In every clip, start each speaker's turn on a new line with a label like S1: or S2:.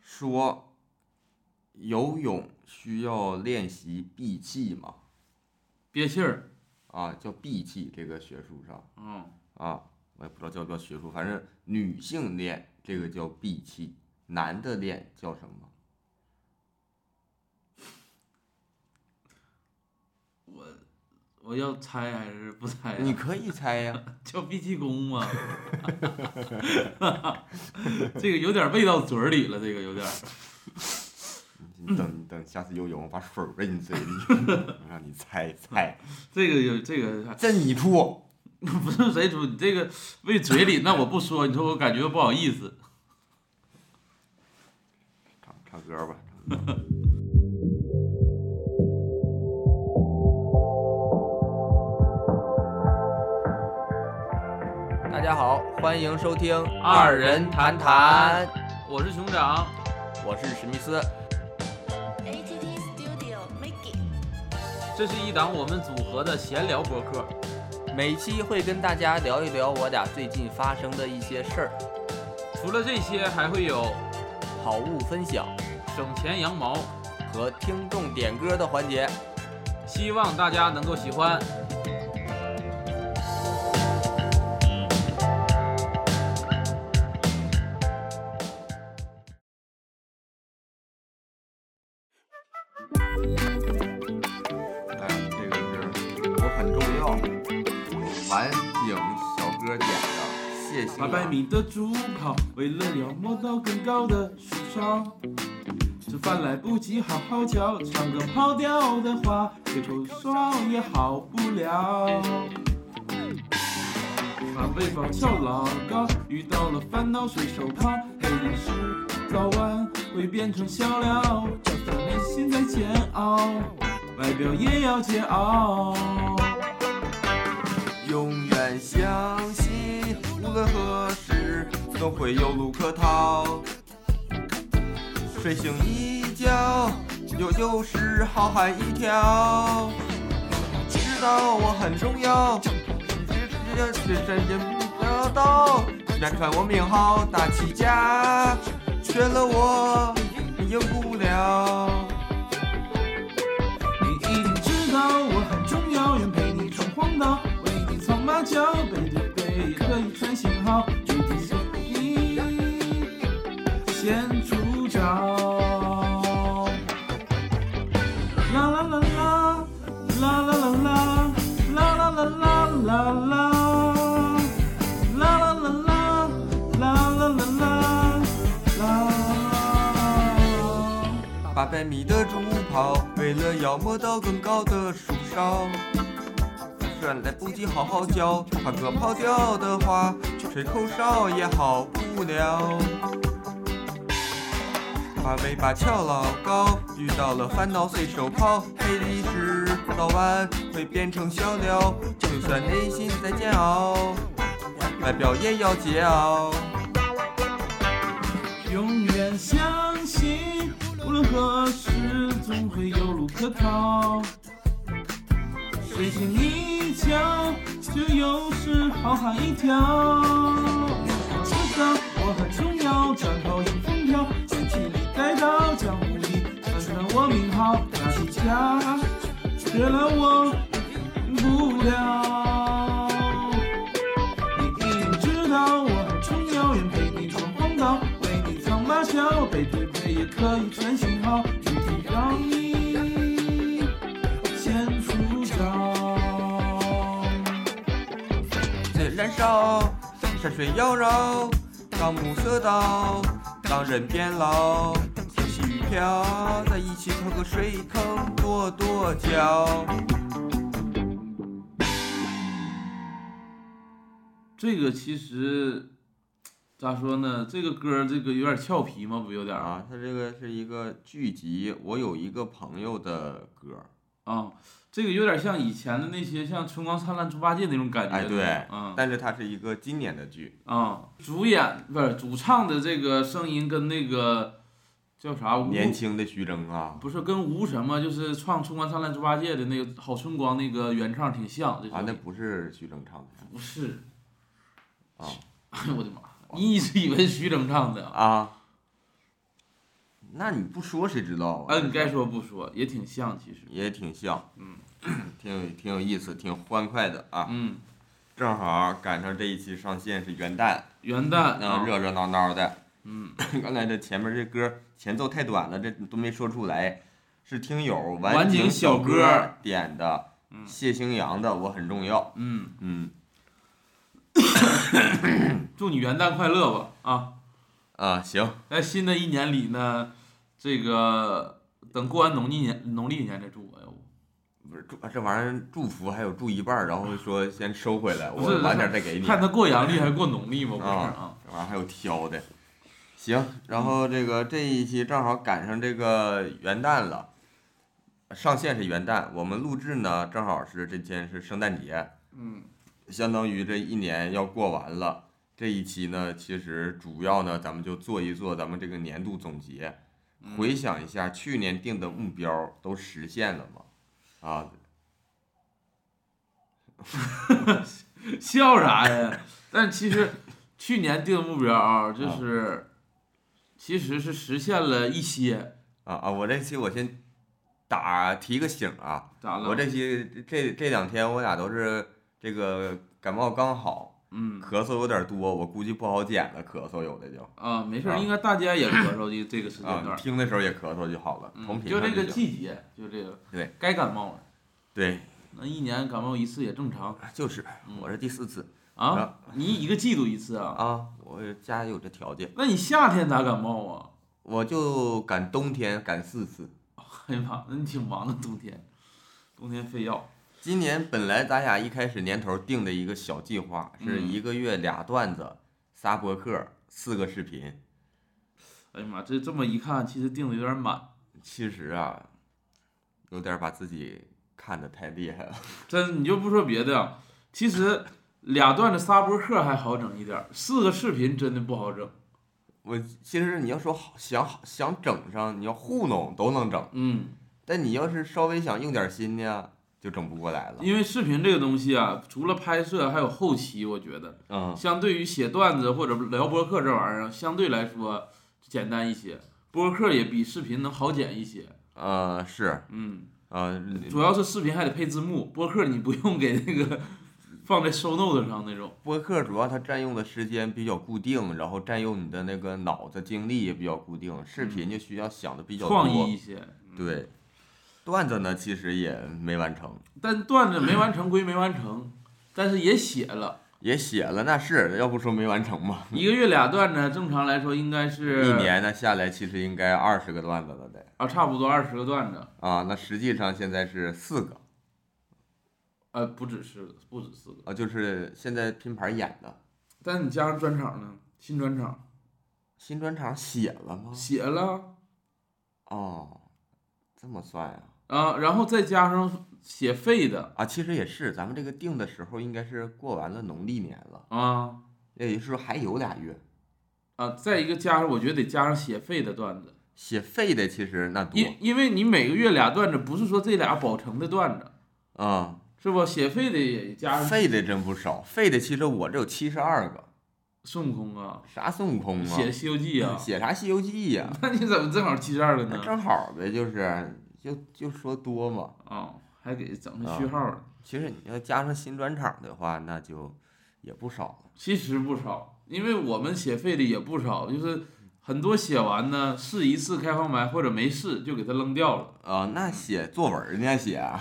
S1: 说游泳需要练习闭气吗？
S2: 憋气儿，
S1: 啊，叫闭气，这个学术上
S2: 嗯，
S1: 啊，我也不知道叫不叫学术，反正女性练这个叫闭气，男的练叫什么？
S2: 我我要猜还是不猜、
S1: 你
S2: 啊？
S1: 可以猜呀，
S2: 叫闭气功吗？ 这个有点喂到嘴儿里了，这个有点儿。
S1: 你等等，下次游泳我把水儿喂你嘴里， 让你猜猜，
S2: 这个有这个
S1: 这你吐，
S2: 不是谁出，你这个喂嘴里，那我不说，你说我感觉不好意思。
S1: 唱唱歌吧。唱歌
S3: 大家好，欢迎收听
S2: 二人
S3: 谈
S2: 谈，我是熊掌，
S3: 我是史密斯。
S4: ATT Studio Make It。
S2: 这是一档我们组合的闲聊博客，
S3: 每期会跟大家聊一聊我俩最近发生的一些事儿，
S2: 除了这些，还会有
S3: 好物分享
S2: 省钱羊毛，
S3: 和听众点歌的环节。
S2: 希望大家能够喜欢。
S1: 哎，这个是我很重要。晚景小哥点的，谢谢。
S2: 八百米的助跑，为了要摸到更高的树梢。吃饭来不及好好嚼，唱歌跑调的话，吹口哨也好不了。马尾巴翘老高，遇到了烦恼随手抛，黑历史早晚会变成笑料，就算内心在煎熬，外表也要桀骜。
S1: 永远相信，无论何时都会有路可逃。睡醒一觉，有就是浩瀚一条。知道我很重要，只只只只真人不得到。远传我名号大起家，缺了我你赢不了。
S2: 你一定知道我很重要，愿陪你闯荒岛，为你藏马脚，背对背可以穿信号，注定是你先出招。啦啦啦啦，啦啦啦啦，啦啦啦啦啦啦。啦啦啦啦，啦啦啦啦，啦。
S1: 八百米的助跑，为了要摸到更高的树梢。算来不及好好教，把歌抛掉的话，吹口哨也好不了。把尾巴翘老高，遇到了烦恼随手抛，黑历史早晚会变成笑料，就算内心在煎熬，外表也要桀骜。
S2: 永远相信，无论何时总会有路可逃。睡醒一觉，就又是浩瀚一条。我知道我很重要，战袍迎风飘，剑气里带刀，江湖里传传我名号，拿起家，缺了我不了。你一定知道我很重要，愿陪你闯荒岛，为你藏马脚，背对背也可以穿信号，具体让你先出招。
S1: 在燃烧，山水妖娆，当暮色到，当人变老，细雨飘，在一起跳个水坑，跺跺脚。
S2: 这个其实咋说呢？这个歌这个有点俏皮嘛，不有点
S1: 啊，它这个是一个剧集，我有一个朋友的歌，
S2: 啊？这个有点像以前的那些像《春光灿烂猪八戒》那种感觉。
S1: 哎对
S2: 嗯，
S1: 但是它是一个今年的剧，
S2: 啊、主演不是主唱的这个声音跟那个叫啥吴
S1: 年轻的徐峥啊，
S2: 不是跟吴什么就是唱《春光灿烂猪八戒》的那个郝春光那个原唱挺像，这
S1: 啊，
S2: 是
S1: 那不是徐峥唱的
S2: 不是？
S1: 啊
S2: 哎呦我的妈！你一直以为是徐峥唱的啊？
S1: 啊，那你不说谁知道
S2: 哎
S5: 啊，你该说不说，也挺像其实。
S1: 也挺像，
S5: 嗯，
S1: 挺有 挺有意思，挺欢快的啊。
S5: 嗯，
S1: 正好赶上这一期上线是元旦，
S5: 元旦
S1: 那
S5: 啊，
S1: 热热闹闹的。
S5: 嗯，
S1: 刚才这前面这歌前奏太短了，这都没说出来。是听友
S5: 晚景
S1: 景
S5: 小
S1: 哥
S5: 哥
S1: 点的，
S5: 嗯
S1: 谢兴阳的《我很重要》。
S5: 嗯，
S1: 嗯
S5: 祝你元旦快乐吧啊！
S1: 啊，行，
S5: 在新的一年里呢，这个等过完农历年农历年再祝我，要不
S1: 不是祝这玩意儿祝福还有祝一半儿，然后说先收回来，我
S5: 不是
S1: 晚点再给你。
S5: 看他过阳历还是过农历吗？不是啊，
S1: 这玩意儿还有挑的。行，然后这个这一期正好赶上这个元旦了，上线是元旦，我们录制呢正好是这天是圣诞节，
S5: 嗯
S1: 相当于这一年要过完了。这一期呢，其实主要呢，咱们就做一做咱们这个年度总结，回想一下去年定的目标都实现了吗？啊，
S5: 笑啥呀？ 但 其实去年定的目标啊，就是其实是实现了一些，
S1: 啊啊！我这期我先打提个醒啊，
S5: 咋了？
S1: 我这期这这两天我俩都是这个感冒刚好，
S5: 嗯
S1: 咳嗽有点多，我估计不好减了，咳嗽有的就
S5: 啊，没事
S1: 啊
S5: 儿，应该大家也咳嗽的这个时间
S1: 啊，
S5: 段
S1: 你，听的时候也咳嗽就好了，同
S5: 嗯，
S1: 频
S5: 就这
S1: 上
S5: 个
S1: 行。
S5: 季节，就这个，
S1: 对，
S5: 该感冒了。
S1: 对，
S5: 那一年感冒一次也正常
S1: 就是
S5: 嗯
S1: 我是第四次
S5: 啊，你一个季度一次啊？
S1: 啊，我家有这条件，
S5: 那你夏天咋感冒啊？
S1: 我就赶冬天赶四次。
S5: 哎呀妈，那你挺忙的冬天，冬天非要
S1: 今年本来咱俩一开始年头定的一个小计划是
S5: 嗯
S1: 一个月俩段子、仨播客、四个视频，
S5: 哎呀妈，这这么一看，其实定的有点满，
S1: 其实啊，有点把自己看得太厉害了。
S5: 真你就不说别的啊，其实俩段子仨播客还好整一点儿，四个视频真的不好整。
S1: 我其实你要说好想好想整上，你要糊弄都能整，
S5: 嗯，
S1: 但你要是稍微想用点心呢，就整不过来了。
S5: 因为视频这个东西啊，除了拍摄，还有后期，我觉得
S1: 嗯，
S5: 相对于写段子或者聊播客这玩意儿，相对来说简单一些，播客也比视频能好剪一些。
S1: 呃，是，
S5: 嗯，
S1: 呃，
S5: 主要是视频还得配字幕，播客你不用给那个 放在 show note 上那种。
S1: 播客主要它占用的时间比较固定，然后占用你的那个脑子精力也比较固定，视频就需要想的比较多，
S5: 创意一些。嗯，
S1: 对。段子呢，其实也没完成，
S5: 但段子没完成归没完 成，但是也写了。
S1: 也写了，那是要不说没完成嘛。
S5: 一个月俩段子，正常来说应该是
S1: 一年呢下来，其实应该二十个段子了得
S5: 啊，差不多二十个段子。
S1: 啊，那实际上现在是四个。
S5: 呃，不止是不止四个，
S1: 啊，就是现在拼盘演的
S5: 但你加上专场呢，新专场
S1: 新专场写了吗？
S5: 写了
S1: 哦，这么算呀、
S5: 啊，然后再加上写废的
S1: 啊？其实也是，咱们这个定的时候应该是过完了农历年了，
S5: 啊
S1: 也就是说还有俩月。
S5: 啊，再一个加上，我觉得得加上写废的段子，
S1: 写废的其实那多
S5: 因因为你每个月俩段子，不是说这俩保成的段子，
S1: 啊，
S5: 是不？写废的也加上
S1: 废的真不少。废的其实我这有七十二个，
S5: 孙悟空啊，
S1: 啥孙悟空啊，
S5: 写《嗯西游记》啊，
S1: 写啥《西游记》呀？
S5: 那你怎么正好七十二个
S1: 那
S5: 呢？
S1: 正好呗，就是就就说多嘛。
S5: 啊、还给整
S1: 啊
S5: 成序号了，
S1: 其实你要加上新专场的话，那就也不少了。
S5: 其实不少，因为我们写废的也不少，就是很多写完呢试一次开放麦或者没试就给它扔掉了。
S1: 啊，那写作文呢？写啊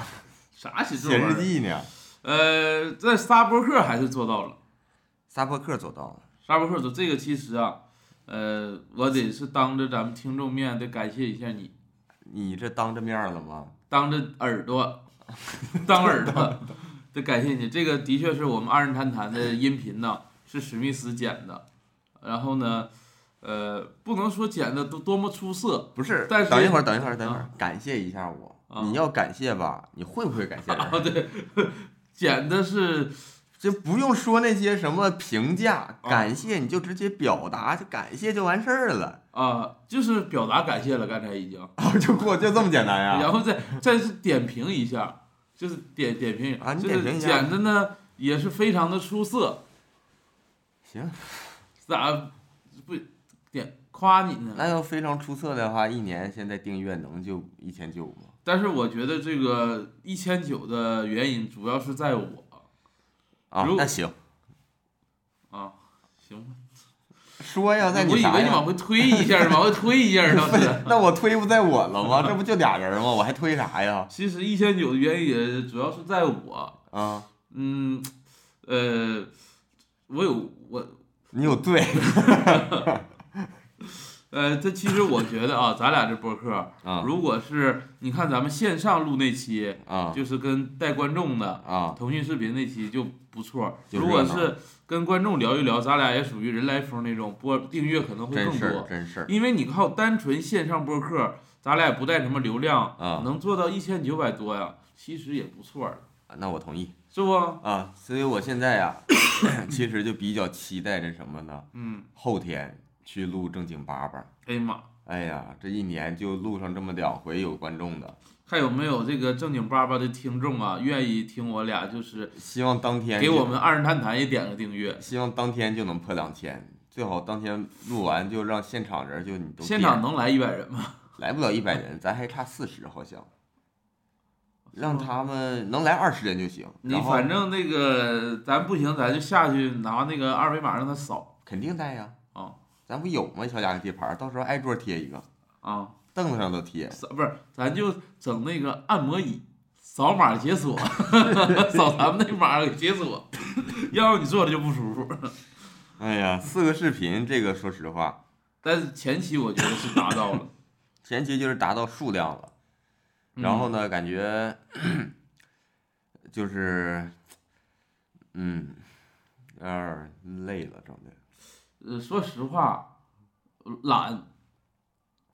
S5: 啥写作
S1: 写日
S5: 文？
S1: 记呢？
S5: 呃，在沙播客还是做到了，
S1: 撒泼克做到了。
S5: 沙播客做这个其实啊，呃，我得是当着咱们听众面得感谢一下你，
S1: 你这当着面儿了吗？
S5: 当着耳朵，当耳朵，得感谢你。这个的确是我们二人谈谈的音频呢，是史密斯剪的，然后呢，呃，不能说剪的多多么出色，
S1: 不是，
S5: 但是
S1: 等一会儿，等一会儿，等一会儿，感谢一下我。
S5: 啊
S1: 你要感谢吧，你会不会感谢人？
S5: 啊，对，剪的是
S1: 就不用说那些什么评价，
S5: 啊
S1: 感谢你就直接表达，就感谢就完事儿了，哦
S5: 啊，就是表达感谢了，刚才已经，
S1: 就过就这么简单呀？
S5: 然后再再是点评一下，就是点点评
S1: 啊你
S5: 就
S1: 点
S5: 是
S1: 评一下
S5: 剪的呢也是非常的出色，
S1: 行，
S5: 啊咋不点夸你呢。
S1: 那要非常出色的话，一年现在订阅能就一千九吗？
S5: 但是我觉得这个一千九的原因主要是在我
S1: 啊
S5: 如，
S1: 那行，
S5: 啊，行吧。
S1: 说呀，
S5: 我
S1: 那
S5: 以为
S1: 你啥
S5: 你往
S1: 呀？
S5: 回推一下，往回推 一下，当时。
S1: 那我推不在我了吗？这不就俩人吗？我还推啥呀？
S5: 其实一千九的原因也主要是在我，
S1: 啊，
S5: 嗯，呃，我有我，
S1: 你有罪
S5: 呃，这其实我觉得啊，咱俩这播客，
S1: 啊
S5: 如果是你看咱们线上录那期，
S1: 啊
S5: 就是跟带观众的
S1: 啊！
S5: 腾讯视频那期就不错。
S1: 就
S5: 如果
S1: 热闹
S5: 是跟观众聊一聊，咱俩也属于人来疯那种播订阅可能会
S1: 真
S5: 更
S1: 事儿，
S5: 多，
S1: 真事儿
S5: 因为你靠单纯线上播客，咱俩也不带什么流量，
S1: 啊！
S5: 能做到一千九百多呀，其实也不错了，
S1: 那我同意
S5: 是不？
S1: 啊，所以我现在呀， 其实就比较期待着什么呢？
S5: 嗯，
S1: 后天去录正经八八。
S5: 哎呀妈，
S1: 哎呀，这一年就录上这么两回有观众的，
S5: 看有没有这个正经八八的听众啊，愿意听我俩就是
S1: 希望当天
S5: 给
S1: 就
S5: 我们二人谈谈也点个订阅。
S1: 希望当天就能破两千，最好当天录完就让现场人就你都
S5: 现
S1: 点
S5: 场能来一百人吗？
S1: 来不了一百人，咱还差四十好
S5: 哦
S1: 像，让他们能来二十人就行。
S5: 你
S1: 然后
S5: 反正那个咱不行，咱就下去拿那个二维码让他扫
S1: 肯定带呀，
S5: 啊
S1: 咱不有吗？小雅地盘，到时候挨桌贴一个，
S5: 啊！
S1: 凳子上都贴。
S5: 扫不是，咱就整那个按摩椅，扫码解锁， 扫咱们那码给解锁，要不你坐着就不舒服。
S1: 哎呀，四个视频这个说实话，
S5: 但是前期我觉得是达到了，
S1: 前期就是达到数量了，
S5: 嗯
S1: 然后呢，感觉就是嗯，有点儿累了，整的。
S5: 呃，说实话，懒，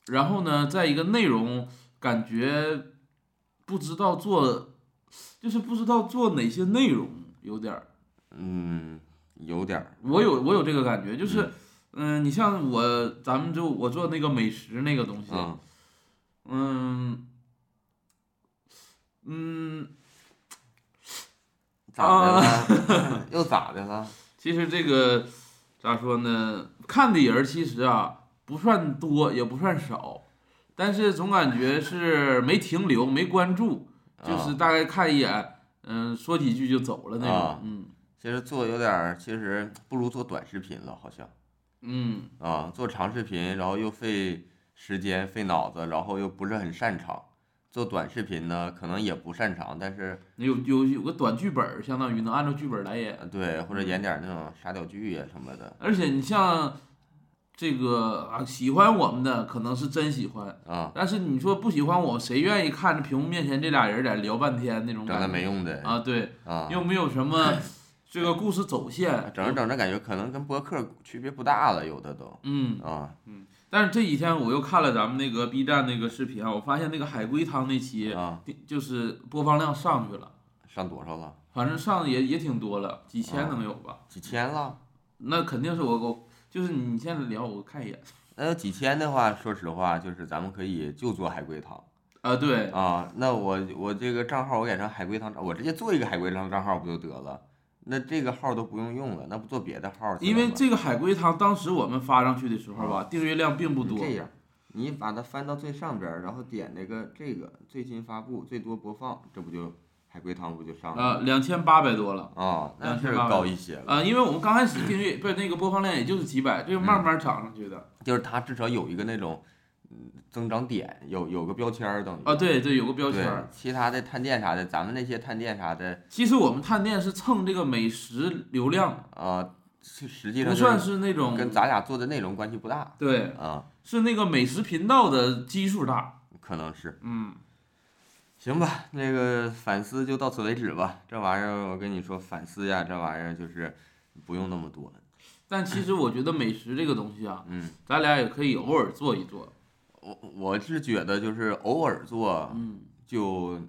S5: 然后呢，再一个内容感觉不知道做，就是不知道做哪些内容，有点儿。
S1: 嗯，有点儿，
S5: 我有我有这个感觉，就是，嗯、你像我，咱们就我做那个美食那个东西，
S1: 嗯，
S5: 嗯，嗯，
S1: 咋的
S5: 啊
S1: 了？ 又咋的了？
S5: 其实这个咋说呢？看的人儿其实啊不算多，也不算少，但是总感觉是没停留、没关注，就
S1: 啊
S5: 是大概看一眼，嗯，说几句就走了那种
S1: 啊。
S5: 嗯
S1: 其实做有点儿，其实不如做短视频了，好像
S5: 嗯，
S1: 啊，做长视频，然后又费时间、费脑子，然后又不是很擅长。做短视频呢，可能也不擅长，但是
S5: 有有有个短剧本儿，相当于能按照剧本儿来演。
S1: 呃对，或者
S5: 嗯
S1: 演点儿那种傻屌剧啊呀什么的
S5: 而且你像这个啊，喜欢我们的可能是真喜欢，
S1: 啊，
S5: 但是你说不喜欢我，谁愿意看着屏幕面前这俩人儿在聊半天那
S1: 整
S5: 种感
S1: 那
S5: 觉？
S1: 没用的
S5: 啊，对。
S1: 啊，
S5: 又没有 什么这个故事走线，
S1: 整着整着感觉可能跟播客区别不大了，有的都
S5: 嗯，
S1: 啊
S5: 但是这几天我又看了咱们那个 B 站那个视频啊，我发现那个海龟汤那期
S1: 啊，
S5: 就是播放量上去了，
S1: 上多少了？
S5: 反正上的也也挺多了，几千能有吧？
S1: 几千了？
S5: 那肯定是我我就是你现在聊，我看一眼
S1: 那要几千的话，说实话，就是咱们可以就做海龟汤
S5: 啊，对，
S1: 啊。那我我这个账号我改成海龟汤，我直接做一个海龟汤账号不就得了？那这个号都不用用了，那不做别的号去了吗？
S5: 因为这个海龟汤当时我们发上去的时候吧，订阅量并不
S1: 你
S5: 多，
S1: 啊这样，你把它翻到最上边儿，然后点那个这个最新发布、最多播放，这不就海龟汤不就上了？
S5: 啊，两千八百多了。
S1: 啊，那是
S5: 2800
S1: 高一些了。
S5: 啊，因为我们刚开始订阅不是那个播放量也就是几百，这个慢慢涨上去的。
S1: 就是它至少有一个那种嗯增长点，有有个标签儿等于。
S5: 啊，对对，有个标签儿
S1: 对，，其他的探店啥的，咱们那些探店啥的，
S5: 其实我们探店是蹭这个美食流量，
S1: 啊，是实际上
S5: 不
S1: 就是
S5: 算是那种
S1: 跟咱俩做的内容关系不大
S5: 对，
S1: 啊，
S5: 是那个美食频道的基数大。
S1: 可能是
S5: 嗯，
S1: 行吧。那个反思就到此为止吧。这玩意儿我跟你说，反思呀，这玩意儿就是不用那么多。
S5: 但其实我觉得美食这个东西啊，
S1: 嗯，
S5: 咱俩也可以偶尔做一做。
S1: 我我是觉得就是偶尔做
S5: 嗯，
S1: 就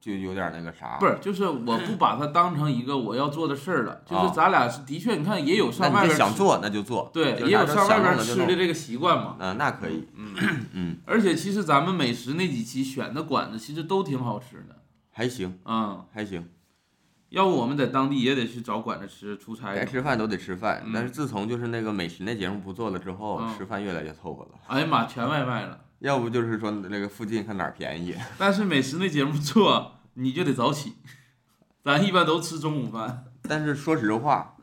S1: 就有点那个啥，
S5: 不是，就是我不把它当成一个我要做的事儿 了，就
S1: 啊
S5: 是咱俩是的确，你看也有
S1: 那
S5: 上外
S1: 你
S5: 边
S1: 就
S5: 吃
S1: 想，做那就做，
S5: 对，
S1: 就是
S5: 也有
S1: 大家
S5: 上外
S1: 想弄
S5: 边
S1: 了就
S5: 吃
S1: 弄
S5: 的这个习惯嘛。
S1: 嗯，那可以，
S5: 嗯，
S1: 嗯，
S5: 而且其实咱们美食那几期选的馆子其实都挺好吃的。
S1: 还行
S5: 嗯，
S1: 还行，
S5: 要不我们在当地也得去找馆子吃，出差
S1: 该
S5: 什么。
S1: 吃饭都得吃饭，
S5: 嗯
S1: 但是自从就是那个美食那节目不做了之后，
S5: 嗯
S1: 吃饭越来越凑合了。
S5: 哎呀妈，全外卖了。
S1: 要不就是说那个附近看哪儿便宜，
S5: 但是美食那节目做，你就得早起。 咱一般都吃中午饭
S1: 但是说实话，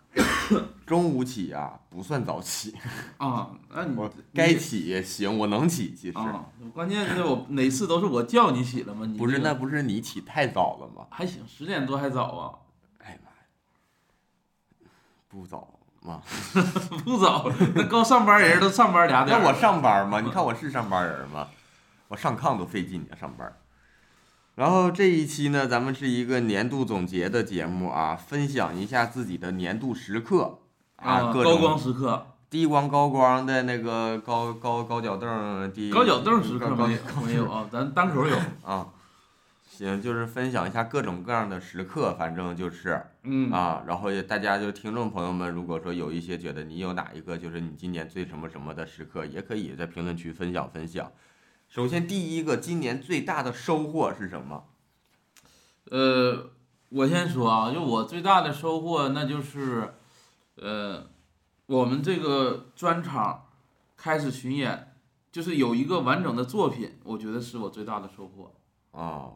S1: 中午起啊不算早起，
S5: 啊，那你
S1: 我
S5: 你
S1: 该起也行，我能起其实。
S5: 啊，关键是我哪次都是我叫你起了吗？你
S1: 不是，
S5: 这个
S1: 那不是你起太早了吗？
S5: 还行，十点多还早啊，
S1: 哎呀妈呀，不早吗？
S5: 不早。那高上班人都上班俩点 儿。
S1: 那我上班吗？你看我是上班人吗？我上炕都费劲呢，上班。然后这一期呢，咱们是一个年度总结的节目啊，分享一下自己的年度时刻
S5: 啊，
S1: 各
S5: 高光
S1: 种
S5: 时刻，
S1: 低光高光的那个高高高脚凳低
S5: 高脚凳时刻
S1: 嗯高
S5: 没有没有啊，咱单口有。
S1: 啊。行，就是分享一下各种各样的时刻，反正就是
S5: 嗯，
S1: 啊，然后也大家就听众朋友们，如果说有一些觉得你有哪一个就是你今年最什么什么的时刻，也可以在评论区分享分享。首先第一个，今年最大的收获是什么？
S5: 呃，我先说啊，就我最大的收获，那就是，呃，我们这个专场开始巡演，就是有一个完整的作品，我觉得是我最大的收获。
S1: 哦，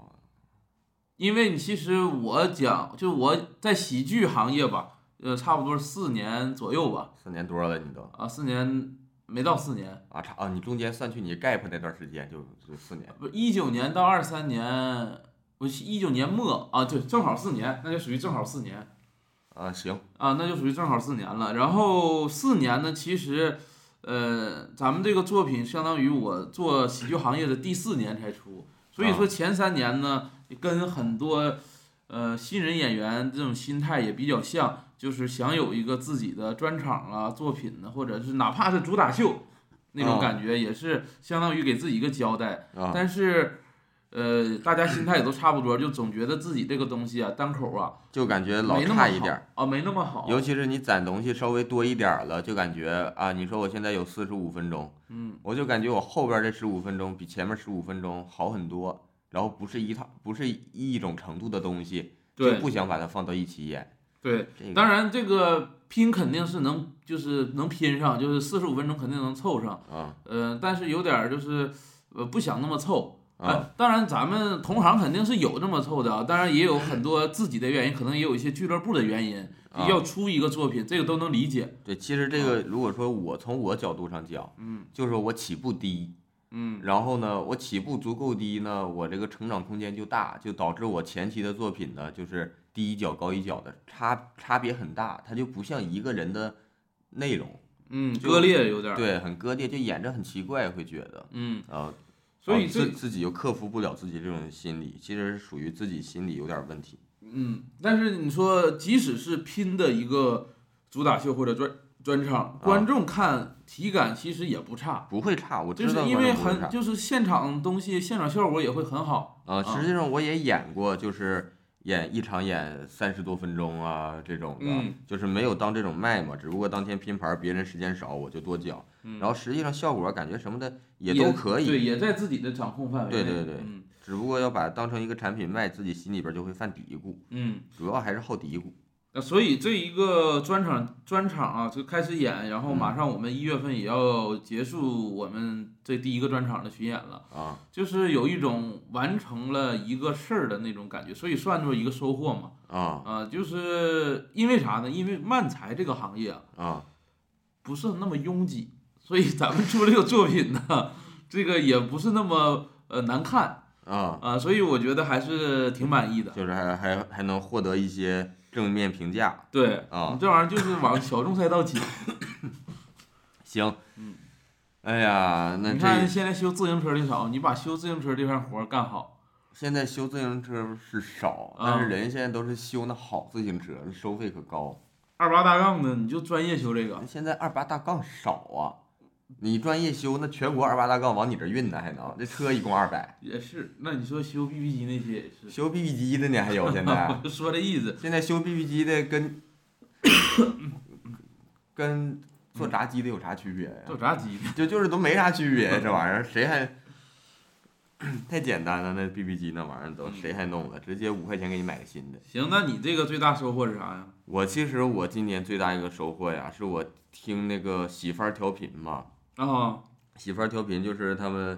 S5: 因为你其实我讲，就我在喜剧行业吧，呃，差不多四年左右吧，
S1: 四年多了你都
S5: 啊，四年没到四年，
S1: 啊差啊，你中间算去你 gap 那段时间就就四年
S5: 不，一九年到二三年，我一九年末啊，对，正好四年，那就属于正好四年。
S1: 啊，行，
S5: 啊，那就属于正好四年了。然后四年呢，其实，呃，咱们这个作品相当于我做喜剧行业的第四年才出，所
S1: 啊
S5: 以说前三年呢，跟很多呃新人演员这种心态也比较像，就是想有一个自己的专场啊、作品呢，或者是哪怕是主打秀那种
S1: 啊
S5: 感觉，也是相当于给自己一个交代。
S1: 啊
S5: 但是，呃，大家心态也都差不多，就总觉得自己这个东西啊，单口啊，
S1: 就感觉老
S5: 没那么
S1: 差一点儿。
S5: 好啊，没那么好。
S1: 尤其是你攒东西稍微多一点儿了，就感觉啊，你说我现在有四十五分钟，
S5: 嗯，
S1: 我就感觉我后边儿这十五分钟比前面十五分钟好很多，然后不是一套，不是一种程度的东西，就
S5: 对
S1: 不想把它放到一起演。
S5: 对，
S1: 这个
S5: 当然这个拼肯定是能，就是能拼上，就是四十五分钟肯定能凑上，
S1: 啊
S5: 呃，但是有点儿就是，呃，不想那么凑。
S1: 啊，
S5: 哎，当然咱们同行肯定是有这么凑的啊，当然也有很多自己的原因，可能也有一些俱乐部的原因，
S1: 啊
S5: 要出一个作品，这个都能理解。
S1: 对，其实这个如果说我从我角度上讲，
S5: 嗯
S1: 就是我起步低，
S5: 嗯
S1: 然后呢，我起步足够低呢，我这个成长空间就大，就导致我前期的作品呢，就是低一脚高一脚的差差别很大，它就不像一个人的内容，
S5: 嗯，
S1: 就
S5: 割裂有点儿。
S1: 对，很割裂，就演着很奇怪，会觉得
S5: 嗯，
S1: 啊。
S5: 所
S1: 啊
S5: 以
S1: 自
S5: 这
S1: 自己又克服不了自己这种心理，其实是属于自己心理有点问题。
S5: 嗯，但是你说，即使是拼的一个主打秀或者专专场，
S1: 啊
S5: 观众看体感其实也不差。
S1: 不会差，我
S5: 就
S1: 知道
S5: 是因为
S1: 观众不会
S5: 很
S1: 差
S5: 就是现场东西，现场效果也会很好。
S1: 啊，实际上我也演过，就是演一场演三十多分钟啊这种的，
S5: 嗯
S1: 就是没有当这种卖嘛，只不过当天拼盘别人时间少我就多讲，然后实际上效果感觉什么的也都可
S5: 对，
S1: 以，
S5: 嗯也在自己的掌控范围内。
S1: 对对对
S5: 嗯
S1: 只不过要把它当成一个产品卖，自己心里边就会犯嘀咕，
S5: 嗯。
S1: 主要还是好嘀咕。
S5: 那所以这一个专场专场啊，就开始演，然后
S1: 嗯
S5: 马上我们一月份也要结束我们这第一个专场的巡演了，
S1: 啊，
S5: 就是有一种完成了一个事儿的那种感觉，所以算作一个收获嘛。
S1: 啊
S5: 啊、就是因为啥呢？因为漫才这个行业啊，
S1: 啊！
S5: 不是那么拥挤，所以咱们出这个作品呢，这个也不是那么呃难看
S1: 啊
S5: 啊、所以我觉得还是挺满意的。
S1: 就是还还还能获得一些正面评价，
S5: 对
S1: 啊
S5: 你这玩意儿就是往小众赛道挤。
S1: 行，哎呀，那
S5: 嗯你看
S1: 这
S5: 现在修自行车的少，你把修自行车这项活儿干好，
S1: 现在修自行车是少，
S5: 啊
S1: 但是人现在都是修那好自行车，收费可高。
S5: 二八大杠的你就专业修这个。
S1: 现在二八大杠少啊，你专业修那全国二八大杠往你这运呢，还能这车一共二百，
S5: 也是，那你说修 BB 机那些也是，
S1: 修 BB 机的呢还有现 在，
S5: 就说这意思。
S1: 现在修 BB 机的跟跟做炸鸡的有啥区别呀？
S5: 做炸鸡的，
S1: 就就是都没啥区别，这玩意儿谁还 太简单了，那 BB 机那玩意儿都谁还弄了？直接五块钱给你买个新的。
S5: 行，那你这个最大收获是啥呀？
S1: 我其实我今年最大一个收获呀，是我听那个媳妇儿调频嘛，
S5: 啊、
S1: 媳妇儿调频就是他们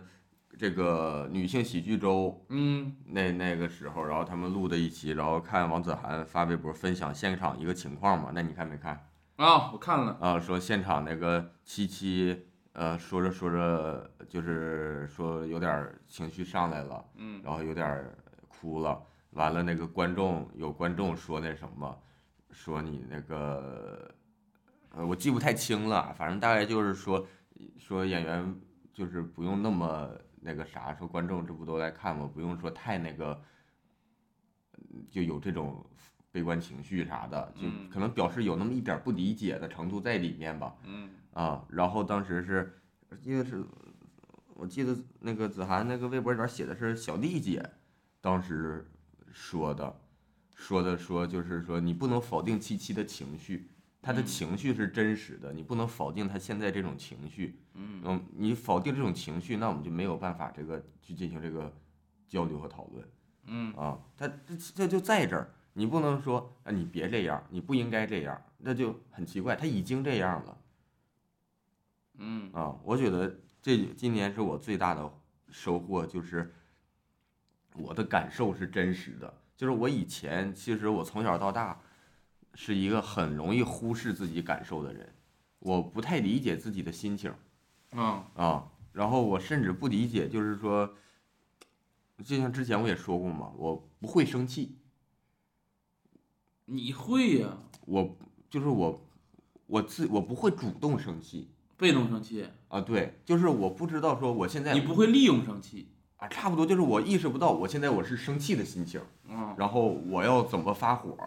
S1: 这个女性喜剧周
S5: 嗯，
S1: 那那个时候，然后他们录的一期，然后看王子涵发微博分享现场一个情况嘛，那你看没看
S5: 啊、我看了，
S1: 啊？说现场那个七七，呃，说着说着就是说有点儿情绪上来了，
S5: 嗯，
S1: 然后有点儿哭了，完了那个观众有观众说那什么，说你那个，呃，我记不太清了，反正大概就是说说演员就是不用那么那个啥，说观众这不都来看吗？不用说太那个，嗯就有这种悲观情绪啥的，就
S5: 嗯
S1: 可能表示有那么一点儿不理解的程度在里面吧。
S5: 嗯，
S1: 啊，然后当时是，因为是，我记得那个子涵那个微博里边写的是小丽姐，当时说的，说的说就是说你不能否定七七的情绪，她的
S5: 嗯
S1: 情绪是真实的，你不能否定她现在这种情绪，
S5: 嗯
S1: 你否定这种情绪，那我们就没有办法这个去进行这个交流和讨论，
S5: 嗯
S1: 啊，他这这就在这儿，你不能说啊，你别这样，你不应该这样，那就很奇怪，他已经这样了。
S5: 嗯
S1: 啊，我觉得这今年是我最大的收获，就是我的感受是真实的。就是我以前其实我从小到大是一个很容易忽视自己感受的人，我不太理解自己的心情
S5: 啊，
S1: 啊，然后我甚至不理解，就是说，就像之前我也说过嘛，我不会生气，
S5: 你会呀、
S1: 我就是我我自我不会主动生气
S5: 被动生气，
S1: 啊，对，就是我不知道说我现在
S5: 你不会利用生气，
S1: 啊，差不多就是我意识不到我现在我是生气的心情，
S5: 嗯
S1: 然后我要怎么发火，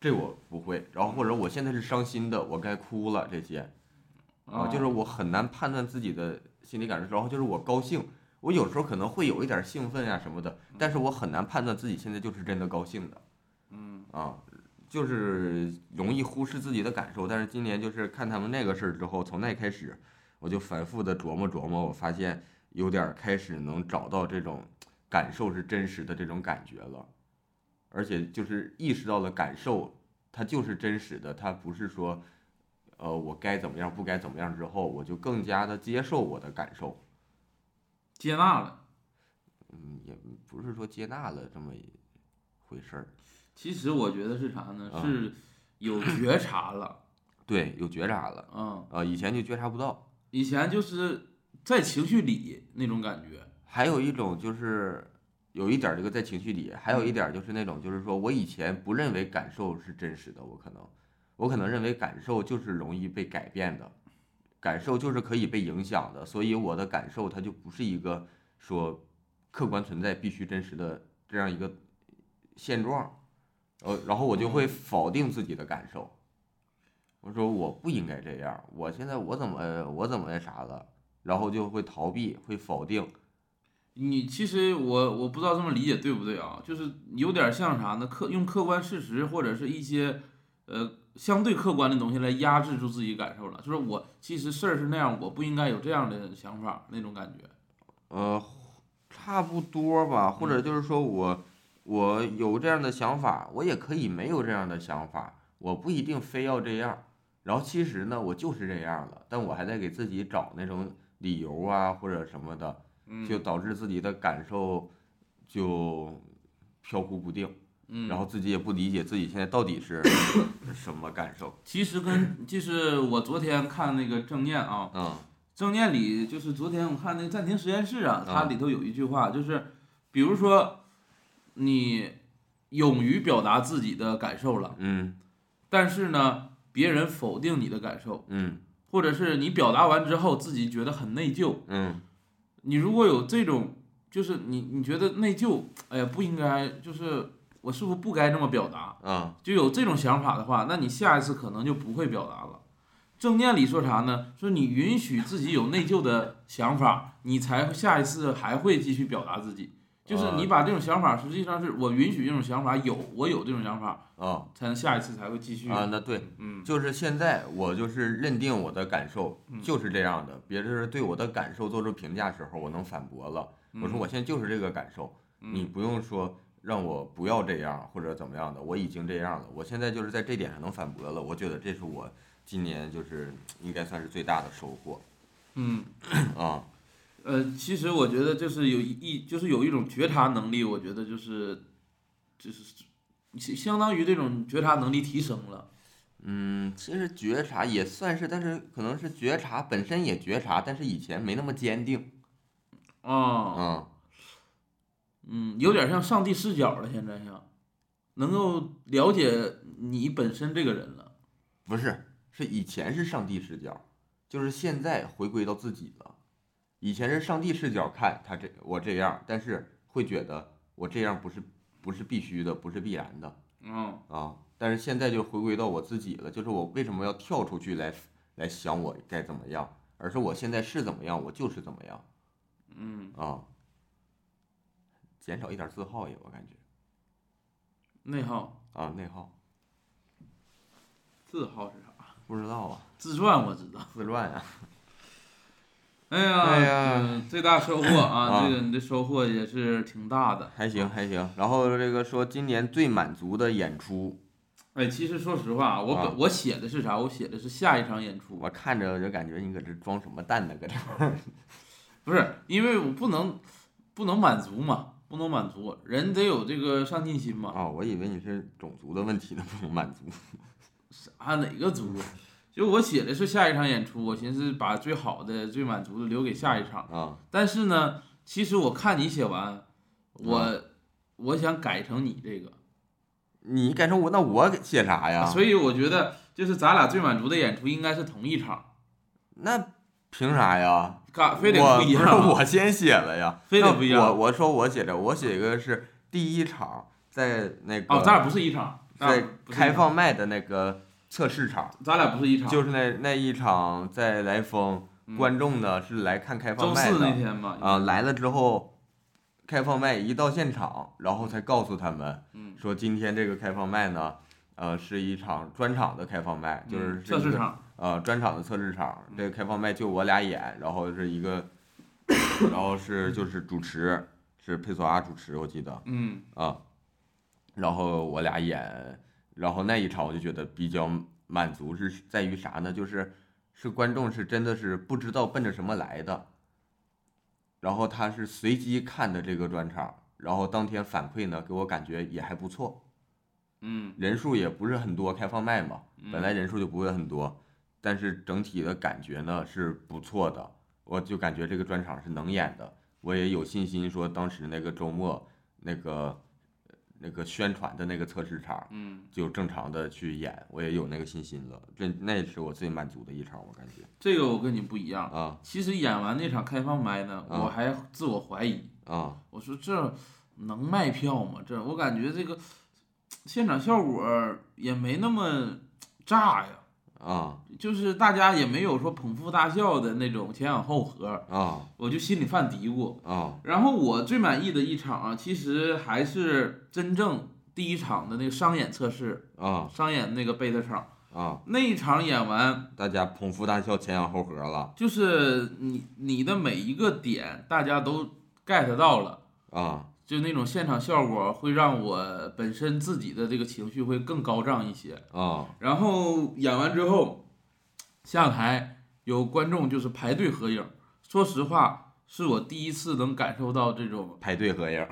S1: 这我不会。然后或者我现在是伤心的，我该哭了这些啊，
S5: 哦
S1: 就是我很难判断自己的心理感受。然后就是我高兴，我有时候可能会有一点兴奋呀、什么的，但是我很难判断自己现在就是真的高兴的
S5: 嗯
S1: 啊，就是容易忽视自己的感受。但是今年就是看他们那个事儿之后，从那开始我就反复的琢磨琢磨，我发现有点儿开始能找到这种感受是真实的这种感觉了，而且就是意识到了感受它就是真实的，它不是说，呃，我该怎么样不该怎么样之后，我就更加的接受我的感受，
S5: 接纳了。
S1: 嗯，也不是说接纳了这么一回事儿，
S5: 其实我觉得是啥呢？
S1: 啊
S5: 是有觉察了，
S1: 对，有觉察了，
S5: 嗯，
S1: 呃，以前就觉察不到。
S5: 以前就是在情绪里那种感觉，
S1: 还有一种就是有一点儿这个在情绪里，还有一点儿就是那种就是说我以前不认为感受是真实的，我可能我可能认为感受就是容易被改变的，感受就是可以被影响的，所以我的感受它就不是一个说客观存在必须真实的这样一个现状，呃，然后我就会否定自己的感受。我说我不应该这样，我现在我怎么我怎么那啥了，然后就会逃避，会否定，
S5: 你其实我我不知道这么理解对不对啊，就是有点像啥呢？客用客观事实或者是一些呃相对客观的东西来压制住自己感受了，就是我其实事儿是那样，我不应该有这样的想法那种感觉。
S1: 呃，差不多吧，或
S5: 嗯
S1: 者就是说我我有这样的想法，我也可以没有这样的想法，我不一定非要这样。然后其实呢，我就是这样了，但我还在给自己找那种理由啊或者什么的，
S5: 嗯，
S1: 就导致自己的感受就飘忽不定，
S5: 嗯，
S1: 然后自己也不理解自己现在到底 是什么感受。
S5: 其实跟就是我昨天看那个正念啊，
S1: 嗯
S5: 正念里就是昨天我看那个暂停实验室啊，
S1: 嗯
S5: 它里头有一句话，就是比如说你勇于表达自己的感受了，
S1: 嗯
S5: 但是呢，别人否定你的感受，
S1: 嗯
S5: 或者是你表达完之后自己觉得很内疚，
S1: 嗯
S5: 你如果有这种，就是你你觉得内疚，哎呀不应该，就是我是不是不该这么表达？
S1: 啊
S5: 就有这种想法的话，那你下一次可能就不会表达了。正念里说啥呢？说你允许自己有内疚的想法，你才下一次还会继续表达自己。就是你把这种想法，实际上是我允许这种想法有，我有这种想法，
S1: 啊
S5: 才能下一次才会继续。
S1: 啊，那对，
S5: 嗯，
S1: 就是现在我就是认定我的感受
S5: 嗯
S1: 就是这样的，别人对我的感受做出评价时候，我能反驳了。我说我现在就是这个感受，
S5: 嗯
S1: 你不用说让我不要这样或者怎么样的，我已经这样了，我现在就是在这点上能反驳了。我觉得这是我今年就是应该算是最大的收获
S5: 嗯，
S1: 啊。
S5: 呃，其实我觉得就是有一，就是有一种觉察能力，我觉得就是，就是相相当于这种觉察能力提升了。
S1: 嗯，其实觉察也算是，但是可能是觉察本身也觉察，但是以前没那么坚定。
S5: 哦，
S1: 嗯，
S5: 嗯，有点像上帝视角了，现在像，能够了解你本身这个人了。
S1: 不是，是以前是上帝视角，就是现在回归到自己了。以前是上帝视角看他这我这样，但是会觉得我这样不是不是必须的，不是必然的
S5: 嗯
S1: 啊。但是现在就回归到我自己了，就是我为什么要跳出去来来想我该怎么样，而是我现在是怎么样，我就是怎么样
S5: 嗯，
S1: 啊。减少一点自耗也，我感觉
S5: 内耗、
S1: 啊，内耗
S5: 自耗是啥？
S1: 不知道啊，
S5: 自传我知道。
S1: 自乱啊。
S5: 哎呀，
S1: 哎呀
S5: 这，最大收获啊，
S1: 啊
S5: 这个你的收获也是挺大的。
S1: 还行还行，然后这个说今年最满足的演出，
S5: 哎，其实说实话，我本、
S1: 啊
S5: 我写的是啥？我写的是下一场演出，
S1: 我看着我就感觉你搁这装什么蛋呢？搁这
S5: 不是因为我不能不能满足嘛，不能满足，人得有这个上进心嘛。
S1: 啊、我以为你是种族的问题呢，不能满足
S5: 啊，哪个足？就我写的是下一场演出，我寻思把最好的、最满足的留给下一场。
S1: 啊
S5: 但是呢，其实我看你写完，我、
S1: 嗯
S5: 我想改成你这个，
S1: 你改成我，那我给写啥呀？
S5: 啊所以我觉得就是咱俩最满足的演出应该是同一场，
S1: 那凭啥呀？
S5: 干非得
S1: 我
S5: 不一样
S1: 不是
S5: 啊。
S1: 我先写了呀，
S5: 非得
S1: 那
S5: 不一样
S1: 我我说我写的，我写一个是第一场在那个、
S5: 哦，咱俩不是一场，咱俩
S1: 在
S5: 不是一场啊
S1: 开，放麦的那个测试场，
S5: 咱俩不是一场，
S1: 就是那那一场在来风，
S5: 嗯
S1: 观众呢是来看开放
S5: 周
S1: 麦
S5: 四
S1: 的
S5: 那。天嘛。
S1: 啊，来了之后，开放麦一到现场，然后才告诉他们
S5: 嗯，
S1: 说今天这个开放麦呢，呃，是一场专场的开放麦，就是
S5: 嗯测试
S1: 一个
S5: 场，嗯
S1: 呃专场的测试场。这个开放麦就我俩演，然后是一个，然后是就是主持是佩索阿主持，我记得
S5: 嗯
S1: 啊，然后我俩演，然后那一场我就觉得比较满足是在于啥呢？就是是观众是真的是不知道奔着什么来的，然后他是随机看的这个专场，然后当天反馈呢给我感觉也还不错，
S5: 嗯
S1: 人数也不是很多，开放麦嘛，本来
S5: 嗯
S1: 人数就不会很多，但是整体的感觉呢是不错的，我就感觉这个专场是能演的，我也有信心说当时那个周末那个那个宣传的那个测试场
S5: 嗯，
S1: 就正常的去演，我也有那个信心了，这那是我最满足的一场，我感觉
S5: 这个我跟你不一样。
S1: 啊
S5: 其实演完那场开放麦呢，
S1: 啊
S5: 我还自我怀疑，
S1: 啊
S5: 我说这能卖票吗？这我感觉这个现场效果也没那么炸呀，
S1: 啊
S5: 就是大家也没有说捧腹大笑的那种前仰后合，
S1: 啊
S5: 我就心里犯嘀咕。
S1: 啊
S5: 然后我最满意的一场啊，其实还是真正第一场的那个商演测试，
S1: 啊
S5: 商演那个贝特场
S1: 啊！
S5: 那一场演完，
S1: 大家捧腹大笑，前仰后合了
S5: 就是你你的每一个点大家都 get 到了。
S1: 啊
S5: 就那种现场效果会让我本身自己的这个情绪会更高涨一些。
S1: 啊
S5: 然后演完之后，下台有观众就是排队合影，说实话是我第一次能感受到这种
S1: 排队合影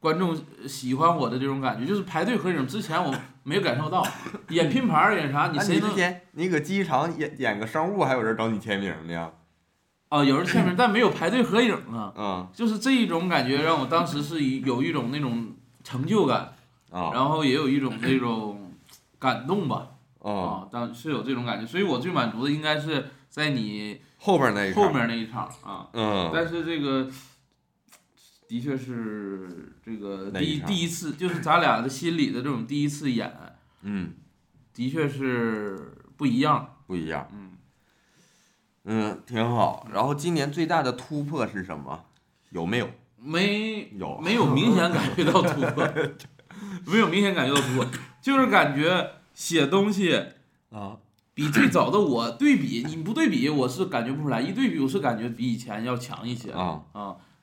S5: 观众喜欢我的这种感觉，就是排队合影之前我没感受到，演拼盘儿演啥你
S1: 那啊
S5: 谁
S1: 你之
S5: 能
S1: 前你搁机场演演个商务，还有人找你签名呢？
S5: 啊、有人签名，但没有排队合影啊，
S1: 啊
S5: 就是这一种感觉让我当时是一有一种那种成就感，
S1: 啊
S5: 然后也有一种那种感动吧。
S1: 啊！
S5: 啊，当是有这种感觉，所以我最满足的应该是在你
S1: 后边那一场
S5: 后面那一场啊。
S1: 嗯
S5: 但是这个的确是这个
S1: 哪
S5: 第
S1: 一
S5: 一
S1: 场
S5: 第一次，就是咱俩的心里的这种第一次演，
S1: 嗯
S5: 的确是不一样。
S1: 不一样，
S5: 嗯，
S1: 嗯挺好。然后今年最大的突破是什么？有没有？
S5: 没
S1: 有
S5: 没有明显感觉到突破， 没有明显感觉到突破，就是感觉写东西
S1: 啊，
S5: 比最早的我对比，你不对比我是感觉不出来，一对比我是感觉比以前要强一些
S1: 啊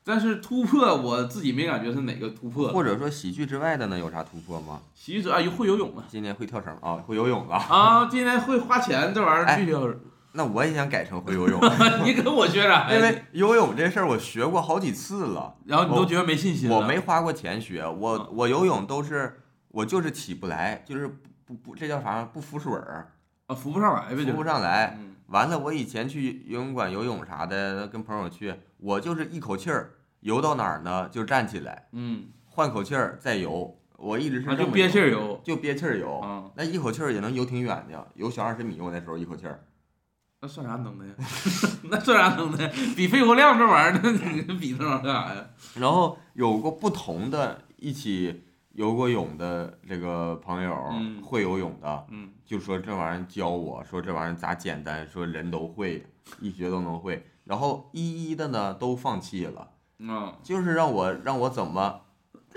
S5: 但是突破我自己没感觉是哪个突破，
S1: 或者说喜剧之外的呢，有啥突破吗？
S5: 喜剧者啊会游泳了
S1: 今年会跳绳啊，会游泳了。
S5: 啊，今天会花钱这玩意儿
S1: 哎
S5: 必须要，
S1: 那我也想改成会 游泳，
S5: 你跟我学啥呀？
S1: 因为游泳这事儿我学过好几次了，
S5: 然后你都觉得没信心了
S1: 我没花过钱学，我我游泳都是我就是起不来，就是不不不，这叫啥？不浮水儿，
S5: 啊扶不上来呗，
S1: 浮
S5: 就
S1: 哎不
S5: 是
S1: 上来。
S5: 嗯
S1: 完了，我以前去游泳馆游泳啥的，跟朋友去，我就是一口气儿游到哪儿呢，就站起来，
S5: 嗯，
S1: 换口气儿再游。我一直是
S5: 啊
S1: 这
S5: 就
S1: 么
S5: 憋
S1: 游
S5: 气儿游，
S1: 就憋气儿游，
S5: 啊，
S1: 那一口气儿也能游挺远的，游小二十米。我那时候一口气儿，
S5: 那算啥能耐呀？ 那算啥能耐？比肺活量这玩意儿， 那你比那玩意儿干啥呀？
S1: 然后有过不同的一起游过泳的这个朋友，
S5: 嗯
S1: 会游泳的
S5: 嗯，
S1: 就说这玩意儿教我说这玩意儿咋简单，说人都会，一学都能会。然后一一的呢都放弃了，
S5: 啊，
S1: 就是让我让我怎么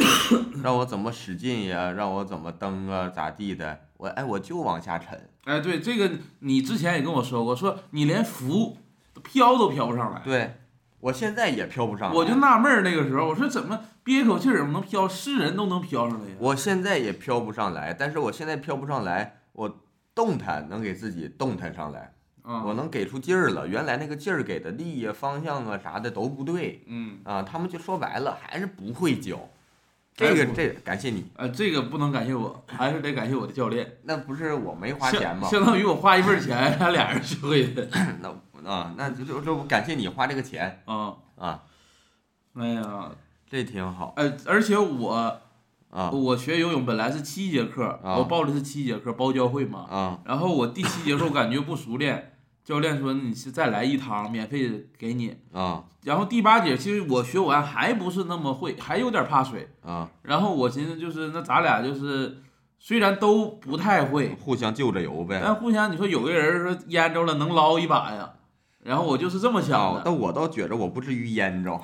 S1: 让我怎么使劲呀，让我怎么蹬啊，咋地的，我哎我就往下沉。
S5: 哎，对这个，你之前也跟我说过，说你连浮飘都飘不上来。
S1: 对，我现在也飘不上来。
S5: 我就纳闷儿那个时候，我说怎么憋一口气儿怎么能飘？是人都能飘上来呀？
S1: 我现在也飘不上来，但是我现在飘不上来，我动弹能给自己动弹上来，我
S5: 啊，
S1: 能给出劲儿了。原来那个劲儿给的力呀、方向啊啥的都不对
S5: 嗯，
S1: 啊，他们就说白了还是不会教。
S5: 还
S1: 这
S5: 是
S1: 个
S5: 不
S1: 这个感谢你，
S5: 呃，这个不能感谢我，还是得感谢我的教练，
S1: 那不是我没 花钱吗
S5: 相？相当于我花一份儿钱，他俩人学会的
S1: 那啊，那就就就感谢你花这个钱
S5: 啊。
S1: 啊，
S5: 哎呀，
S1: 这挺好
S5: 呃，而且我
S1: 啊
S5: 我学游泳本来是七节课，
S1: 啊
S5: 我报的是七节课包教会嘛，
S1: 啊
S5: 然后我第七节课我感觉不熟练，教练说你是再来一堂，免费给你。
S1: 啊
S5: 然后第八节其实我学完还不是那么会，还有点怕水。
S1: 啊，
S5: 然后我寻思就是那咱俩就是虽然都不太会，
S1: 互相就着游呗。
S5: 但互相你说有个人说淹着了能捞一把呀，然后我就是这么想
S1: 啊，
S5: 的。
S1: 但我倒觉着我不至于淹着，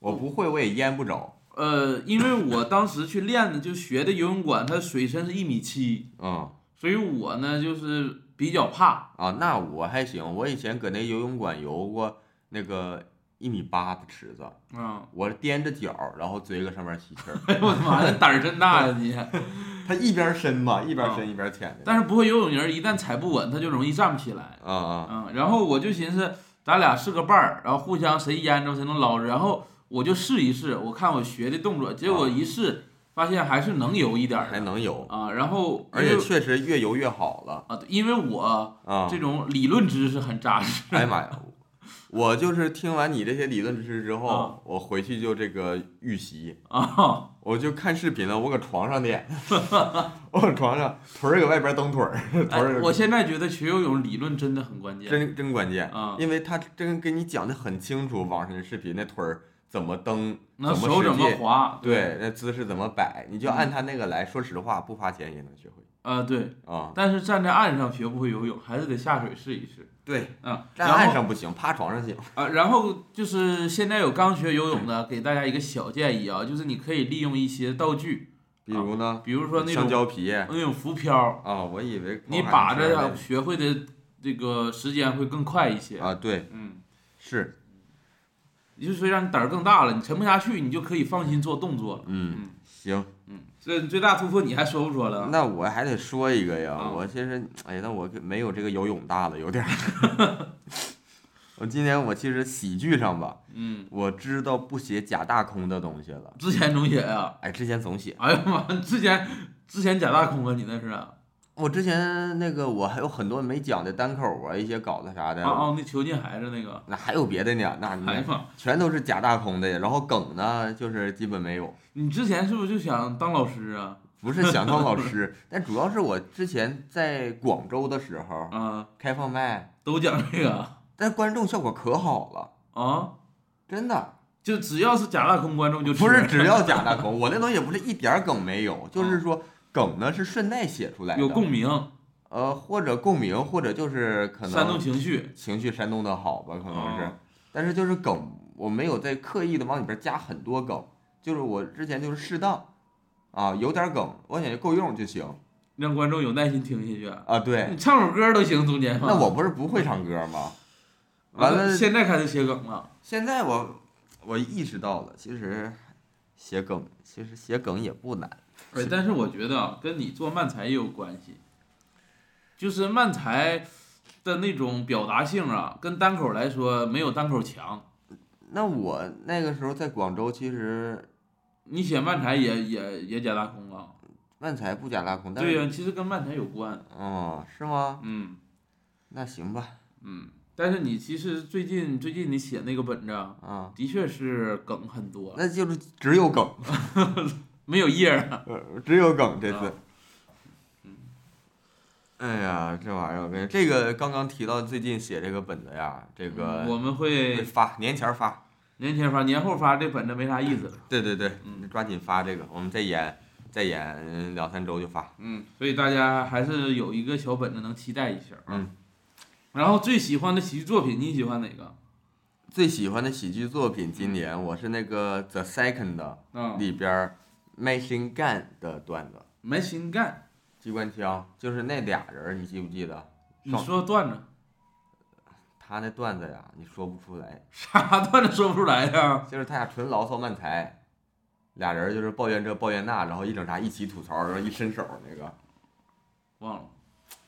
S1: 我不会我也淹不着。
S5: 呃，因为我当时去练的就学的游泳馆，它水深是一米七，
S1: 嗯。
S5: 所以我呢就是比较怕。
S1: 啊，那我还行，我以前搁那游泳馆游过那个一米八的池子，
S5: 嗯，
S1: 我踮着脚，然后嘴搁上面吸气儿，
S5: 哎 呦我的妈呀，胆儿真大呀你！
S1: 它一边伸嘛，一边
S5: 啊
S1: 伸一边潜的。
S5: 但是不会游泳人一旦踩不稳，他就容易站不起来。
S1: 啊啊
S5: 嗯，然后我就寻思，咱俩是个伴儿，然后互相谁淹着谁能捞着，然后我就试一试，我看我学的动作，结果一试发现还是能游一点儿
S1: 啊还
S5: 的
S1: 能游，
S5: 啊。然后
S1: 而
S5: 因
S1: 且
S5: 为
S1: 确实越游越好了
S5: 啊，因为我
S1: 啊！
S5: 这种理论知识很扎实，
S1: 哎呀妈呀，我就是听完你这些理论知识之
S5: 啊
S1: 后，我回去就这个预习。
S5: 啊，
S1: 我就看视频了，我搁床上 练，我搁床上腿儿搁外边蹬腿儿，腿
S5: 哎
S1: 儿搁
S5: 我现在觉得学游泳理论真的很关键
S1: 真真关键
S5: 啊
S1: 因为他真给你讲的很清楚，网上的视频那腿儿怎么蹬，
S5: 那
S1: 怎
S5: 手
S1: 使
S5: 怎么
S1: 劲，
S5: 滑？
S1: 对，那姿势怎么摆，你
S5: 嗯
S1: 就按他那个来。说实话，不花钱也能学会
S5: 啊，对，
S1: 啊。
S5: 但是站在岸上学不会游泳，还是得下水试一试。
S1: 对，
S5: 嗯，
S1: 站
S5: 然后
S1: 岸上不行，趴床上行。
S5: 啊，然后就是现在有刚学游泳的，给大家一个小建议啊，就是你可以利用一些道具，
S1: 比如呢，
S5: 比如说那
S1: 香
S5: 种
S1: 蕉哦皮啊，
S5: 那种浮漂，
S1: 我以为
S5: 你
S1: 光
S5: 把
S1: 喊声儿
S5: 着学会的这个时间会更快一些。
S1: 啊，对，
S5: 嗯，
S1: 是，
S5: 就是让你胆儿更大了，你沉不下去，你就可以放心做动作了。
S1: 嗯
S5: 嗯，
S1: 行，
S5: 嗯，这最大突破你还说不说了？
S1: 那我还得说一个呀
S5: 啊，
S1: 我其实，哎呀，那我跟没有这个游泳大了，有点儿。 我今年我其实喜剧上吧，
S5: 嗯，
S1: 我知道不写假大空的东西了。
S5: 之前总写呀，
S1: 哎，之前总写，
S5: 哎呀妈，之前之前假大空啊，你那是啊
S1: 我之前那个我还有很多没讲的单口啊，一些稿子啥的，
S5: 啊，那囚禁孩子那个，
S1: 那还有别的呢，那
S5: 哎呀
S1: 你
S5: 妈，
S1: 全都是假大空的，然后梗呢就是基本没有，
S5: 你之前是不是就想当老师啊？
S1: 不是想当老师，但主要是我之前在广州的时候
S5: 啊，
S1: 开放麦，
S5: 都讲这个啊
S1: 但观众效果可好了，
S5: 啊。
S1: 真的
S5: 就只要是假大空观众就吃
S1: 不是只要假大空，我那东西也不是一点儿梗没有，就是说梗呢是顺带写出来的，
S5: 有共鸣、
S1: 呃或者共鸣， 或者就是可能
S5: 煽动情绪，
S1: 情绪煽动的好吧，可能是，
S5: 哦
S1: 但是就是梗我没有在刻意的往里边加很多梗，就是我之前就是适当，啊，有点梗，我感觉够用就行
S5: 让观众有耐心听下去。
S1: 啊。对
S5: 你，唱首歌都行，中间放
S1: 那我不是不会唱歌吗？完了，
S5: 嗯现在开始写梗了。
S1: 现在我我意识到了，其实写梗，其实写梗也不难。
S5: 哎，但是我觉得啊，跟你做漫才也有关系，就是漫才的那种表达性啊，跟单口来说没有单口强。
S1: 那我那个时候在广州，其实
S5: 你写漫才也也也假大空啊，
S1: 万才不假大空，但
S5: 对呀、
S1: 是，
S5: 其实跟漫才有关。啊
S1: 哦，是吗？
S5: 嗯
S1: 那行吧，
S5: 嗯，但是你其实最近最近你写那个本子啊，
S1: 啊，
S5: 的确是梗很多，
S1: 那就是只有梗，
S5: 没有叶儿啊。
S1: 呃只有梗这次嗯
S5: 啊。
S1: 哎呀，这玩意儿，我跟你这个刚刚提到最近写这个本子呀，这个
S5: 嗯我们
S1: 会
S5: 会
S1: 发年前儿发，
S5: 年前发，年后发这本子没啥意思了。
S1: 对对对，
S5: 嗯
S1: 抓紧发这个，我们再演再演两三周就发。
S5: 嗯，所以大家还是有一个小本子能期待一下啊。
S1: 嗯
S5: 然后最喜欢的喜剧作品，你喜欢哪个？
S1: 最喜欢的喜剧作品，今年我是那个《The Second》
S5: 啊、
S1: 里边儿 Machine Gun 的段子，
S5: 没心干。
S1: 机关枪，就是那俩人儿，你记不记得？
S5: 你
S1: 上
S5: 说段子，
S1: 他那段子呀，你说不出来，
S5: 啥段子说不出来呀？
S1: 就是他俩纯牢骚慢才，俩人儿就是抱怨这抱怨那，然后一整啥一起吐槽，然后一伸手那个，
S5: 忘了。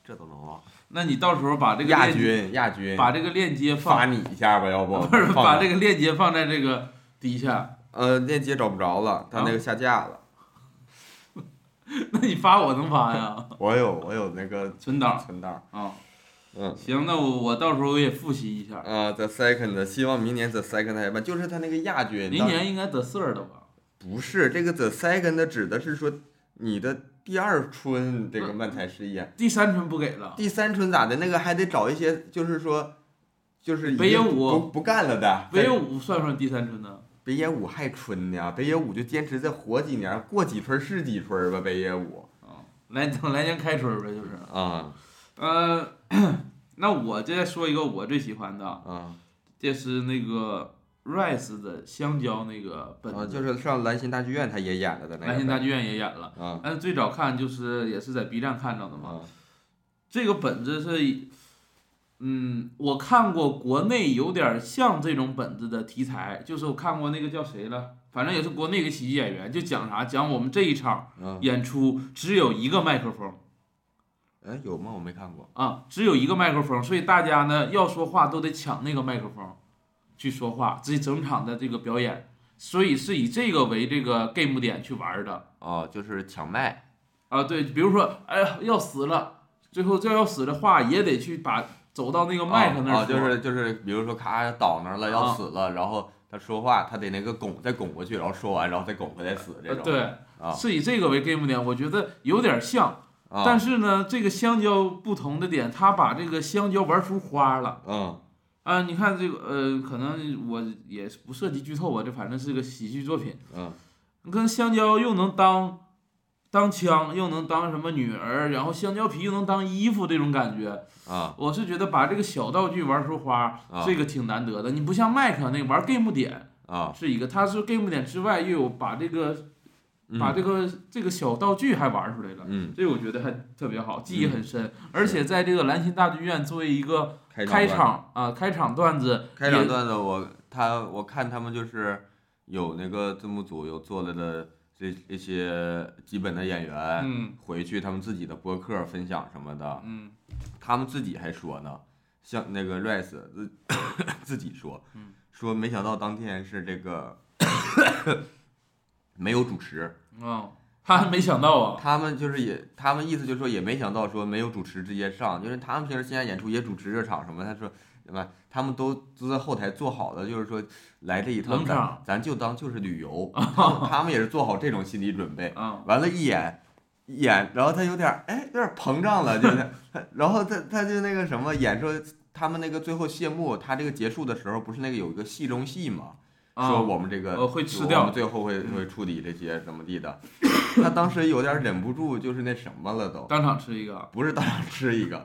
S1: 这都能忘。
S5: 那你到时候把这个
S1: 亚
S5: 链接
S1: 军，亚军，
S5: 把这个链接
S1: 发
S5: 放，
S1: 你一下吧，要不？
S5: 不是
S1: 放
S5: 把
S1: 着
S5: 这个链接放在这个底下。
S1: 呃链接找不着了，他那个下架了。
S5: 那你发我能发呀？
S1: 我有我有那个
S5: 存档
S1: 存档，
S5: 啊。
S1: 嗯。
S5: 行，那我我到时候也复习一下。
S1: 啊、t h e Second，希望明年 The Second 还办，就是他那个亚军。
S5: 明年应该得四儿的吧？
S1: 不是这个 The Second 指的是说你的第二春
S5: 嗯
S1: 这个漫才事业，
S5: 第三春不给了。
S1: 第三春咋的？那个还得找一些，就是说，就是已
S5: 北野
S1: 经
S5: 武
S1: 不不干了的。
S5: 北野
S1: 在
S5: 武算不算第三春呢？
S1: 北野武还春呢，北野武就坚持再活几年，过几春是几春吧，北野武
S5: 啊，来等来年开春儿呗，就是。
S1: 啊
S5: 呃， 那我再说一个我最喜欢的啊，
S1: 啊
S5: 这是那个 Rice 的香蕉那个本子，
S1: 啊！就是上兰心大剧院，他也演了的那个。
S5: 南京大剧院也演了。
S1: 啊
S5: 但是最早看就是也是在 B 站看着的嘛。
S1: 啊
S5: 这个本子是，嗯，我看过国内有点像这种本子的题材，就是我看过那个叫谁了，反正也是国内一个喜剧演员，就讲啥讲我们这一场
S1: 啊！
S5: 演出只有一个麦克风，
S1: 哎，有吗？我没看过。
S5: 啊，只有一个麦克风，所以大家呢要说话都得抢那个麦克风去说话，这整场的这个表演，所以是以这个为这个 game 点去玩的
S1: 哦，就是抢麦。
S5: 啊。对，比如说，哎呀，要死了，最后这要死的话也得去把走到那个麦克那
S1: 啊
S5: 儿
S1: 啊
S5: 说、
S1: 就是就是，比如说咔倒那儿了，要
S5: 啊
S1: 死了，然后他说话，他得那个拱，再拱过去，然后说完，然后再拱回来死这
S5: 呃
S1: 种。
S5: 对，
S1: 啊
S5: 是以这个为 game 点，我觉得有点像，
S1: 啊，
S5: 但是呢，这个香蕉不同的点，他把这个香蕉玩出花了。
S1: 嗯
S5: 啊，你看这个，呃，可能我也是不涉及剧透吧，啊这反正是个喜剧作品。
S1: 嗯，
S5: 跟香蕉又能当当枪，又能当什么女儿，然后香蕉皮又能当衣服，这种感觉，
S1: 啊
S5: 我是觉得把这个小道具玩出花，
S1: 啊
S5: 这个挺难得的。你不像麦克那个玩 game 点
S1: 啊，
S5: 是一个，他是 game 点之外又有把这个、
S1: 嗯
S5: 把这个这个小道具还玩出来了。
S1: 嗯，
S5: 这我觉得还特别好，记忆很深，而且在这个兰心大剧院作为一个
S1: 开
S5: 开
S1: 段
S5: 场啊、开场段子，
S1: 开
S5: 也
S1: 场段子我，他我看他们就是有那个字幕组有做了的这这些基本的演员，
S5: 嗯
S1: 回去他们自己的播客分享什么的，
S5: 嗯
S1: 他们自己还说呢，像那个 Rice 自 自己说，
S5: 嗯
S1: 说没想到当天是这 个没有主持，
S5: 哦，他还没想到啊，
S1: 他们就是也，他们意思就是说也没想到说没有主持直接上，就是他们平时线下演出也主持热场什么，他说。对吧？他们都都在后台做好的，就是说来这一趟
S5: 冷
S1: 咱
S5: 场
S1: 咱就当就是旅游， 他们他们也是做好这种心理准备。
S5: 啊、
S1: 完了，一演，一演，然后他有点儿，哎，有点儿膨胀了，就是他，然后他他就那个什么演说，他们那个最后谢幕，他这个结束的时候，不是那个有一个戏中戏嘛，
S5: 啊
S1: 说我们这个、
S5: 呃会吃
S1: 我
S5: 掉嗯
S1: 们最后会会处理这些怎么地的， 他当时有点儿忍不住，就是那什么了都，
S5: 哦当场吃一个，
S1: 不是当场吃一个，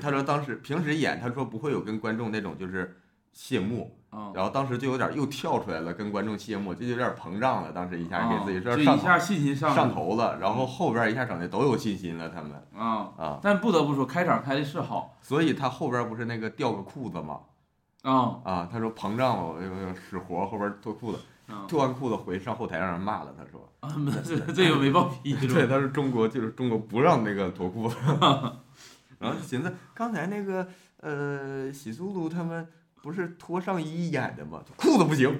S1: 他说当时平时演，他说不会有跟观众那种就是谢幕，
S5: 嗯，
S1: 然后当时就有点又跳出来了，跟观众谢幕，这就有点膨胀了。当时一下给自己
S5: 啊
S1: 这
S5: 就
S1: 上
S5: 一下信心
S1: 头
S5: 上
S1: 上
S5: 头嗯
S1: 头了，然后后边一下整的都有信心了，他们
S5: 啊。
S1: 啊，
S5: 但不得不说，开场开的是好
S1: 所以他后边不是那个掉个裤子吗？
S5: 啊，
S1: 啊，他说膨胀了，我又又使活，后边脱裤子，
S5: 嗯，
S1: 脱完裤子回上后台让人骂了，他说。
S5: 啊这这又没报批是
S1: 对，
S5: 吧？
S1: 他是中国，就是中国不让那个脱裤 子，然后就寻思刚才那个呃喜苏鲁他们不是脱上衣演的吗？裤子不行，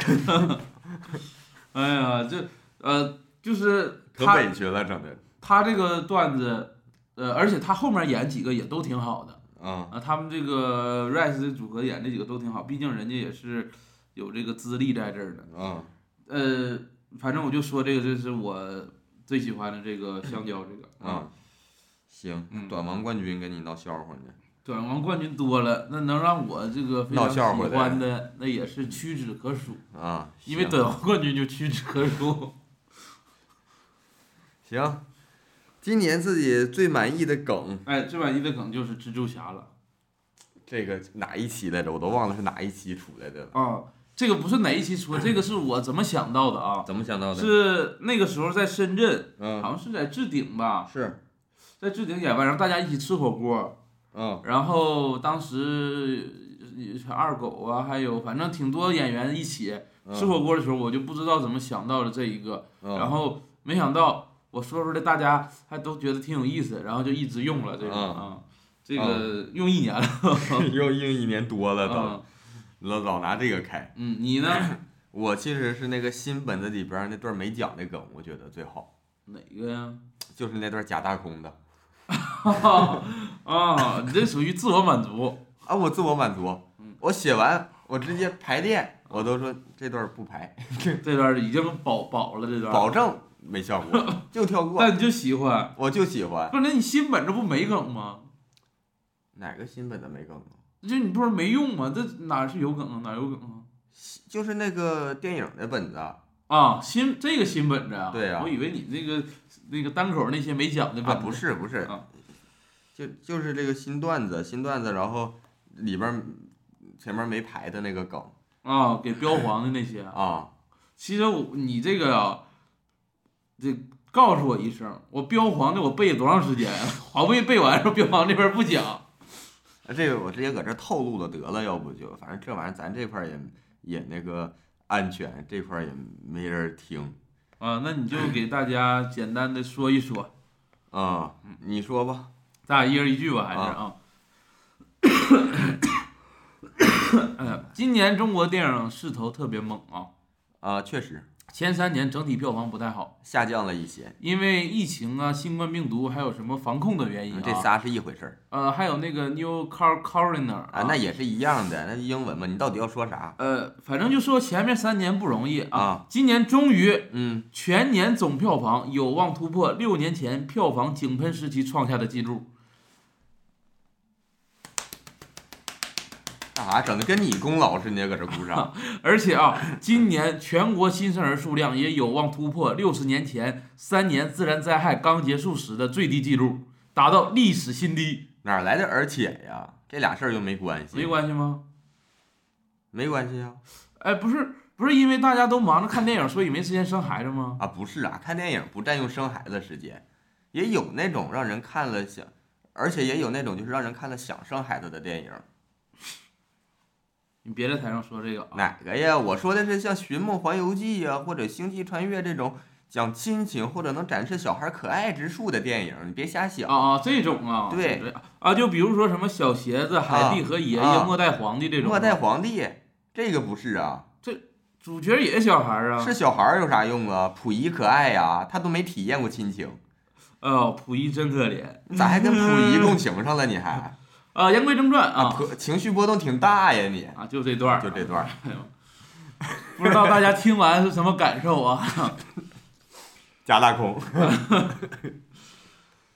S5: 哎呀，这呃，就是
S1: 可
S5: 他
S1: 委屈了，整的
S5: 他这个段子，呃，而且他后面演几个也都挺好的
S1: 啊
S5: 啊，他们这个 Rise 的组合演这几个都挺好，毕竟人家也是有这个资历在这儿的。
S1: 啊
S5: 呃，反正我就说这个，这是我最喜欢的 这个香蕉这个啊，
S1: 啊！行
S5: 嗯，
S1: 短王冠军跟你闹笑话呢，
S5: 短王冠军多了，那能让我这个非
S1: 闹
S5: 常喜
S1: 笑话的
S5: 欢的，那也是屈指可数，
S1: 啊，
S5: 因为
S1: 行
S5: 短王冠军就屈指可数。
S1: 行，今年自己最满意的梗，
S5: 哎，最满意的梗就是蜘蛛侠了
S1: 这个哪一期来着？我都忘了是哪一期出来的了，
S5: 啊，这个不是哪一期说，这个是我怎么想到的啊？
S1: 怎么想到的？
S5: 是那个时候在深圳，
S1: 嗯，
S5: 好像是在置顶吧，
S1: 是
S5: 在置顶演完，然后大家一起吃火锅，
S1: 嗯
S5: 然后当时呃二狗啊，还有反正挺多演员一起
S1: 嗯
S5: 吃火锅的时候，我就不知道怎么想到了这一个，
S1: 嗯
S5: 然后没想到我说出来，大家还都觉得挺有意思，然后就一直用了这个
S1: 嗯
S5: 啊，这个用一年了，
S1: 又硬一年多了都。
S5: 嗯
S1: 老老拿这个开。
S5: 嗯，你呢？
S1: 我其实是那个新本子里边儿那段没讲的梗，我觉得最好，
S5: 哪个呀？
S1: 就是那段假大空的
S5: 啊，你这属于自我满足，
S1: 啊，我自我满足
S5: 嗯，
S1: 我写完我直接排练，我都说这段不排，
S5: 这段已经保保了这段，
S1: 保证没效 果，就跳过，
S5: 但你就喜欢。
S1: 我就喜欢
S5: 不是，那你新本这不没梗吗？
S1: 哪个新本子没梗呢？
S5: 就你不是没用吗？这哪是有梗啊？哪有梗啊？
S1: 就是那个电影的本子，
S5: 啊，新这个新本子啊？
S1: 对啊
S5: 我以为你那个那个单口那些没讲的
S1: 啊，
S5: 本子
S1: 不是不是
S5: 啊，
S1: 就就是这个新段子，新段子，然后里边儿前面没排的那个梗
S5: 啊，给标黄的那些。
S1: 啊，
S5: 其实我你这个啊，这告诉我一声，我标黄的我背了多长时间？啊 好不容易背完，说标黄这边不讲。
S1: 这个我直接搁这透露了得了，要不就反正这玩意儿咱这块儿也也那个安全，这块儿也没人听
S5: 啊，那你就给大家简单的说一说，
S1: 啊、
S5: 嗯
S1: 你说吧，
S5: 咱俩一人一句吧，还是啊。哎呀， 今年中国电影势头特别猛啊！
S1: 啊、确实
S5: 前三年整体票房不太好，
S1: 下降了一些，
S5: 因为疫情啊、新冠病毒还有什么防控的原因啊。
S1: 这仨是一回事儿
S5: 呃，还有那个 New Car Coroner
S1: 啊，那也是一样的，那英文嘛，你到底要说啥？
S5: 呃，反正就说前面三年不容易啊，
S1: 啊
S5: 今年终于
S1: 嗯，
S5: 全年总票房有望突破六年前票房井喷时期创下的记录。
S1: 干啥整的跟你功劳似的，搁这鼓掌
S5: 而 且啊，今年全国新生儿数量也有望突破六十年前三年自然灾害刚结束时的最低记录，达到历史新低。
S1: 哪儿来的而且呀？这俩事儿又没关系，
S5: 没关系吗？
S1: 没关系啊呀、
S5: 哎，不是，不是因为大家都忙着看电影，所以没时间生孩子吗？
S1: 啊？不是啊，看电影不占用生孩子时间，也有那种让人看了想，而且也有那种就是让人看了想生孩子的电影。
S5: 你别在台上说这个啊！
S1: 哪个呀？我说的是像《寻梦环游记》呀，或者《星际穿越》这种讲亲情或者能展示小孩可爱之处的电影，你别瞎想。
S5: 啊啊，这种啊，
S1: 对
S5: 这啊，就比如说什么小鞋子、海蒂和爷爷、
S1: 啊
S5: 末代皇帝这种，啊
S1: 末代皇帝这个不是啊，
S5: 主角也小孩儿啊，
S1: 是小孩儿有啥用啊？溥仪可爱呀、他都没体验过亲情，
S5: 哦，溥仪真可怜
S1: 咋还跟溥仪共情上了？你 还
S5: 啊。言归正传啊
S1: 可情绪波动挺大呀你，
S5: 啊，就这段儿
S1: 就这段儿，
S5: 不知道大家听完是什么感受啊？
S1: 加大空。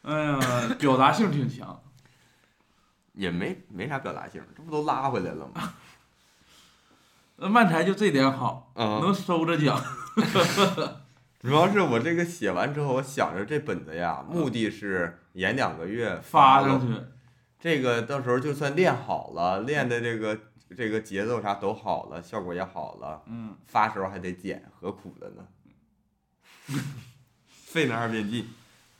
S5: 哎呀，表达性挺强。
S1: 也没没啥表达性，这不都拉回来了吗？
S5: 呃漫才就这点好，
S1: 嗯，
S5: 能收着讲。
S1: 主要是我这个写完之后，我想着这本子呀，目的是演两个月
S5: 发
S1: 了
S5: 上去，
S1: 这个到时候就算练好了，练的这个这个节奏啥都好了，效果也好了，
S5: 嗯，
S1: 发时候还得剪，何苦的呢？ 费那二遍劲。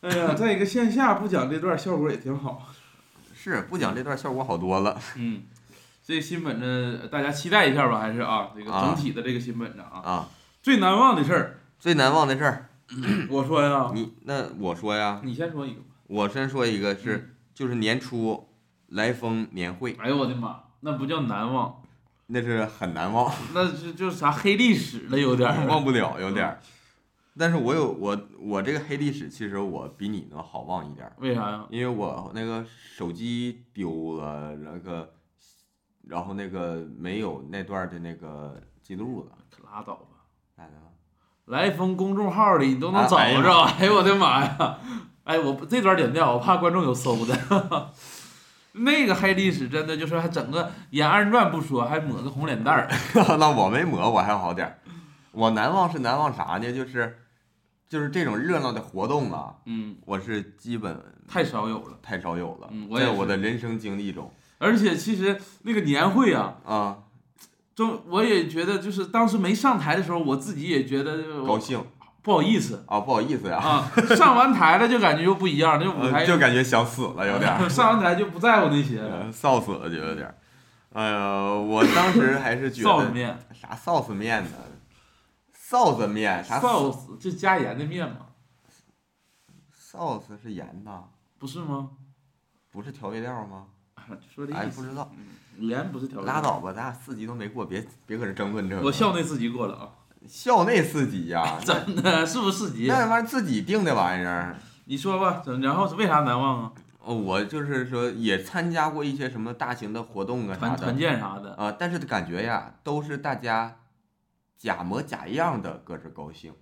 S5: 哎呀，再一个线下不讲这段效果也挺好，
S1: 是不讲这段效果好多了，
S5: 嗯，这个新本子大家期待一下吧，还是啊，这个
S1: 啊
S5: 整体的这个新本 子啊，
S1: 啊，
S5: 最难忘的事儿，
S1: 最难忘的事儿，
S5: 我说呀，
S1: 你那我说呀，
S5: 你先说一个吧。
S1: 我先说一个是，就是年初来风年会，
S5: 哎呦我的妈，那不叫难忘，
S1: 那是很难忘，
S5: 那是就是啥黑历史了，有点儿。
S1: 忘不了，有点儿。但是我有我我这个黑历史，其实我比你呢好忘一点儿，
S5: 为啥呀？
S1: 因为我那个手机丢了，那个，然后那个没有那段儿的那个记录了，
S5: 可拉倒吧！
S1: 咋的了？
S5: 来风公众号里你都能找
S1: 哎哎
S5: 着，
S1: 呀
S5: 哎呦我的妈呀！哎，我这段剪掉，我怕观众有搜的。 那个黑历史真的就是还整个演二人转不说，还抹个红脸蛋儿。
S1: 那我没磨，我还好点儿。我难忘是难忘啥呢？就是就是这种热闹的活动啊，
S5: 嗯，
S1: 我是基本
S5: 太少有了。
S1: 太少有了，
S5: 嗯我也
S1: 在
S5: 是
S1: 我的人生经历中
S5: 而且其实那个年会啊，
S1: 啊，
S5: 中我也觉得就是当时没上台的时候，我自己也觉得
S1: 高兴
S5: 不好意思
S1: 啊，不好意思呀、
S5: 啊。上完台了就感觉又不一样，那舞台
S1: 呃就感觉想死了，有点 儿，
S5: 上完台就不在乎那些了。
S1: 呃臊死了，就有点儿。哎呀，我当时还是觉
S5: 臊子
S1: 得
S5: 面，
S1: 啥臊子面呢？臊子面啥？
S5: 臊子就加盐的面嘛，
S1: 臊子是盐呐，
S5: 不是吗？
S1: 不是调味料吗？
S5: 啊就说这
S1: 哎，
S5: 意
S1: 不
S5: 思，
S1: 知道，
S5: 盐不是调料。
S1: 拉。倒吧，咱俩四级都没过，别别搁这争论这个。
S5: 我校内四级过了啊，
S1: 校内四级呀、
S5: 真的是不是四级？
S1: 那玩意儿自己定的玩意儿。
S5: 你说吧，怎然后是为啥难忘啊？
S1: 哦，我就是说也参加过一些什么大型的活动啊啥
S5: 团
S1: 的
S5: 团建啥的，
S1: 啊、但是感觉呀，都是大家假模假样的搁这高兴，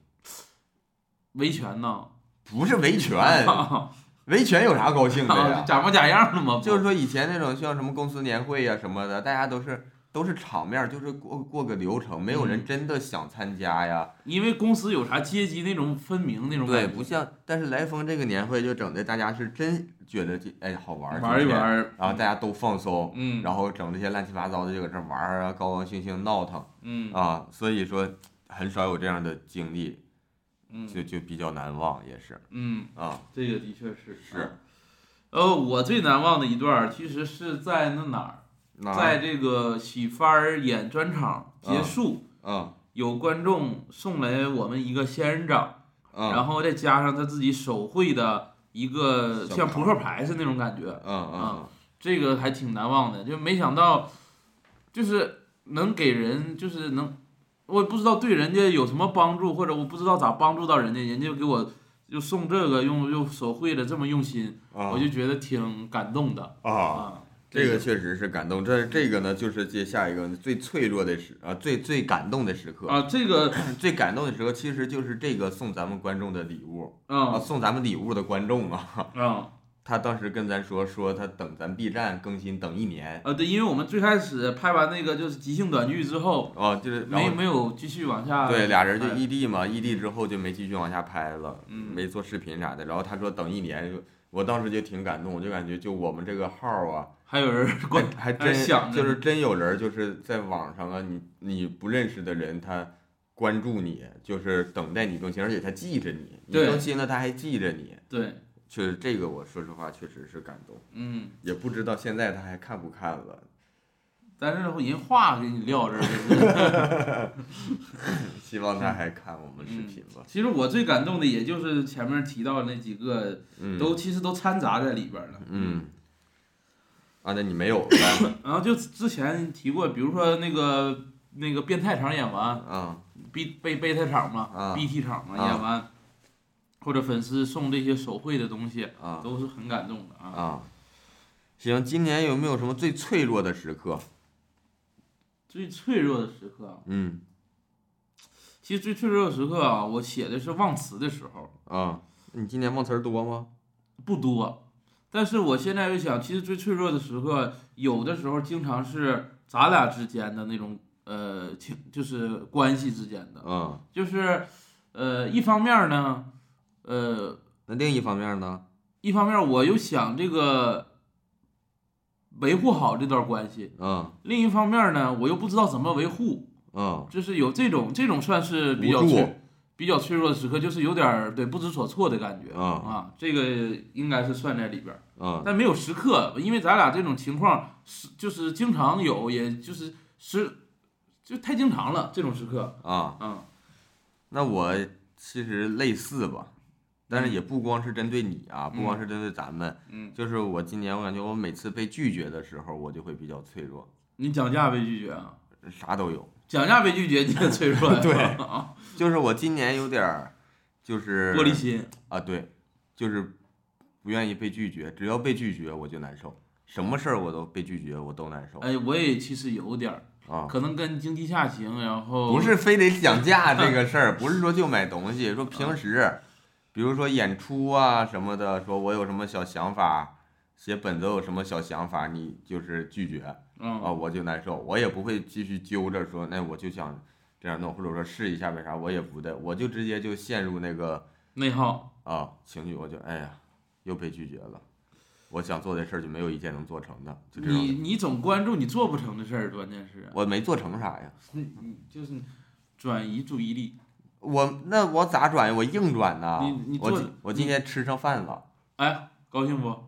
S5: 维权呐，
S1: 不是维 权，
S5: 啊
S1: 维权有啥高兴的呀？
S5: 假模假样的嘛，不
S1: 啊就是说以前那种像什么公司年会呀、什么的，大家都是都是场面，就是过过个流程，没有人
S5: 嗯
S1: 真的想参加呀。
S5: 因为公司有啥阶级那种分明那种
S1: 对，
S5: 感觉，
S1: 不像，但是来风这个年会就整的大家是真觉得这哎好玩儿
S5: 玩一
S1: 今天
S5: 玩儿，
S1: 然后大家都放松，
S5: 嗯，
S1: 然后整这些乱七八糟的就搁这玩儿啊，高高兴兴闹腾
S5: 嗯
S1: 啊，所以说很少有这样的经历，
S5: 嗯
S1: 就就比较难忘，也是
S5: 嗯，
S1: 啊，
S5: 这个的确是
S1: 是
S5: 啊呃，我最难忘的一段儿其实是在那哪儿，
S1: 那
S5: 在这个喜番儿演专场结束，
S1: 嗯
S5: 有观众送来我们一个仙人掌，
S1: 嗯
S5: 然后再加上他自己手绘的一个
S1: 小
S5: 像
S1: 卡
S5: 扑克牌似的那种感觉，
S1: 嗯嗯
S5: 这个还挺难忘的，就没想到，就是能给人，就是能，我也不知道对人家有什么帮助，或者我不知道咋帮助到人家，人家就给我就送这个，用用手绘的这么用心，
S1: 嗯，
S5: 我就觉得挺感动的
S1: 啊，
S5: 啊。
S1: 这个
S5: 个
S1: 确实是感动，这这个呢就是接下一个最脆弱的时啊，最最感动的时刻，
S5: 啊，这个
S1: 最感动的时刻其实就是这个送咱们观众的礼物啊，
S5: 啊
S1: 送咱们礼物的观众啊，
S5: 啊
S1: 他当时跟咱说说他等咱 B 站更新等一年
S5: 啊，对，因为我们最开始拍完那个就是即兴短剧之后，
S1: 哦，就是然后
S5: 没没有继续往下
S1: 对，俩人就
S5: 拍
S1: 异地嘛，异地之后就没继续往下拍了，
S5: 嗯
S1: 没做视频啥的。然后他说等一年，我当时就挺感动，我就感觉就我们这个号啊，
S5: 还有人
S1: 还
S5: 管
S1: 还
S5: 还
S1: 真
S5: 想着
S1: 就是真有人就是在网上啊，你你不认识的人他关注你，就是等待你更新，而且他记着你，你
S5: 对
S1: 更新了他还记着你，
S5: 对，
S1: 确实这个我说实话确实是感动，
S5: 嗯，
S1: 也不知道现在他还看不看了。
S5: 但是人话给你撂这儿了。
S1: 希望他还看我们视
S5: 嗯
S1: 频吧。
S5: 其实我最感动的，也就是前面提到的那几个，
S1: 嗯，
S5: 都其实都掺杂在里边儿了。
S1: 嗯，啊，那你没有 了
S5: 然后就之前提过，比如说那个那个变态场演完
S1: 啊。
S5: ，B 被被态场嘛、
S1: 啊
S5: b t 场嘛、
S1: 啊
S5: 演完，或者粉丝送这些手绘的东西，
S1: 啊
S5: 都是很感动的啊。
S1: 啊，行，今年有没有什么最脆弱的时刻？
S5: 最脆弱的时刻啊，
S1: 嗯
S5: 其实最脆弱的时刻啊，我写的是忘词的时候
S1: 啊，你今年忘词儿多吗？
S5: 不多，但是我现在又想，其实最脆弱的时刻，有的时候经常是咱俩之间的那种呃情，就是关系之间的。
S1: 嗯，
S5: 就是，呃，一方面呢，呃，
S1: 那另一方面呢？
S5: 一方面我又想这个维护好这段关系。
S1: 嗯
S5: 另一方面呢，我又不知道怎么维护，
S1: 嗯，
S5: 就是有这种这种算是比
S1: 无
S5: 较
S1: 助
S5: 脆比较脆弱的时刻，就是有点儿对不知所措的感觉
S1: 啊
S5: 啊，这个应该是算在里边儿，
S1: 嗯
S5: 但没有时刻，因为咱俩这种情况是就是经常有，也就是时就太经常了这种时刻，
S1: 啊，
S5: 嗯
S1: 那我其实类似吧，但是也不光是针对你啊，不光是针对咱们，
S5: 嗯，
S1: 就是我今年我感觉我每次被拒绝的时候，我就会比较脆弱，
S5: 你讲价被拒绝啊，
S1: 啥都有。
S5: 讲价被拒绝，你也脆 弱呀，
S1: 对
S5: 啊
S1: 就是我今年有点儿，就是
S5: 玻璃心，
S1: 啊，对，就是不愿意被拒绝，只要被拒绝我就难受，什么事儿我都被拒绝我都难受
S5: 哎，我也其实有点儿，
S1: 啊。
S5: 可能跟经济下行，然后
S1: 不是非得讲价这个事儿，不是说就买东西，说平时，比如说演出啊什么的，说我有什么小想法，写本子有什么小想法，你就是拒绝啊，
S5: 嗯
S1: 我就难受，我也不会继续揪着说，那我就想这样弄，或者说试一下为啥，我也不的，我就直接就陷入那个
S5: 内耗。
S1: 啊情绪，我就哎呀，又被拒绝了，我想做的事儿就没有一件能做成的，就这
S5: 你
S1: 种，
S5: 你总关注你做不成的事儿，关键是
S1: 我没做成啥呀，
S5: 你你就是转移注意力。
S1: 我那我咋转呀？我硬转呐！
S5: 你你
S1: 我
S5: 做
S1: 今我今天吃上饭了，
S5: 哎，高兴不？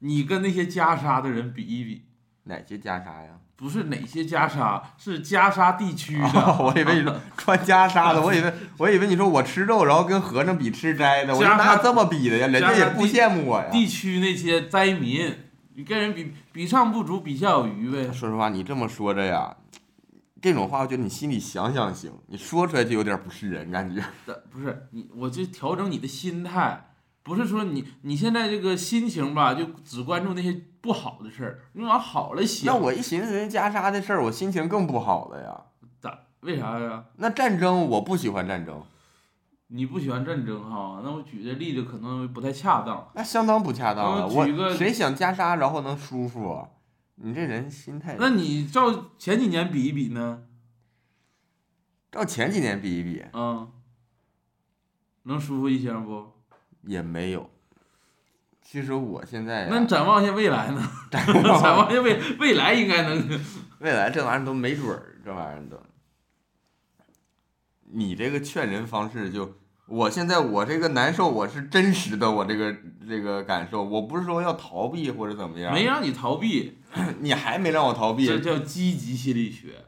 S5: 你跟那些袈裟的人比一比，
S1: 哪些袈裟 呀？
S5: 不是哪些袈裟，是袈裟地区
S1: 啊
S5: 的。
S1: 我以为你说穿袈裟的，我以为我以为你说我吃肉，然后跟和尚比吃斋的，我说
S5: 袈裟
S1: 哪有这么比的呀？人家也
S5: 袈裟
S1: 不
S5: 地
S1: 羡慕我呀。
S5: 地区那些灾民，你跟人比比上不足，比下有余呗。
S1: 说实话，你这么说着呀，这种话我觉得你心里想想行，你说出来就有点不是人感觉。
S5: 但呃不 是你，我就调整你的心态，不是说你你现在这个心情吧，就只关注那些不好的事儿，你往好了
S1: 那
S5: 想。
S1: 我一寻思人家袈裟的事儿，我心情更不好了呀。
S5: 咋？为啥呀？
S1: 那战争我不喜欢战争，
S5: 你不喜欢战争哈，那我举的例子可能不太恰当。
S1: 那相当不恰当了。
S5: 嗯举
S1: 我
S5: 个
S1: 谁想袈裟然后能舒服啊？你这人心态，
S5: 那你照前几年比一比呢？
S1: 照前几年比一比
S5: 啊，能舒服一些不？
S1: 也没有。其实我现在呀
S5: 那你展望一下未来呢？
S1: 展
S5: 展望
S1: 望
S5: 一下未未来应该能。
S1: 未来这玩意儿都没准儿，这玩意儿都。你这个劝人方式就，我现在我这个难受，我是真实的，我这个这个感受，我不是说要逃避或者怎么样，
S5: 没，让你逃避，
S1: 你还没让我逃避
S5: 这，叫积极心理学，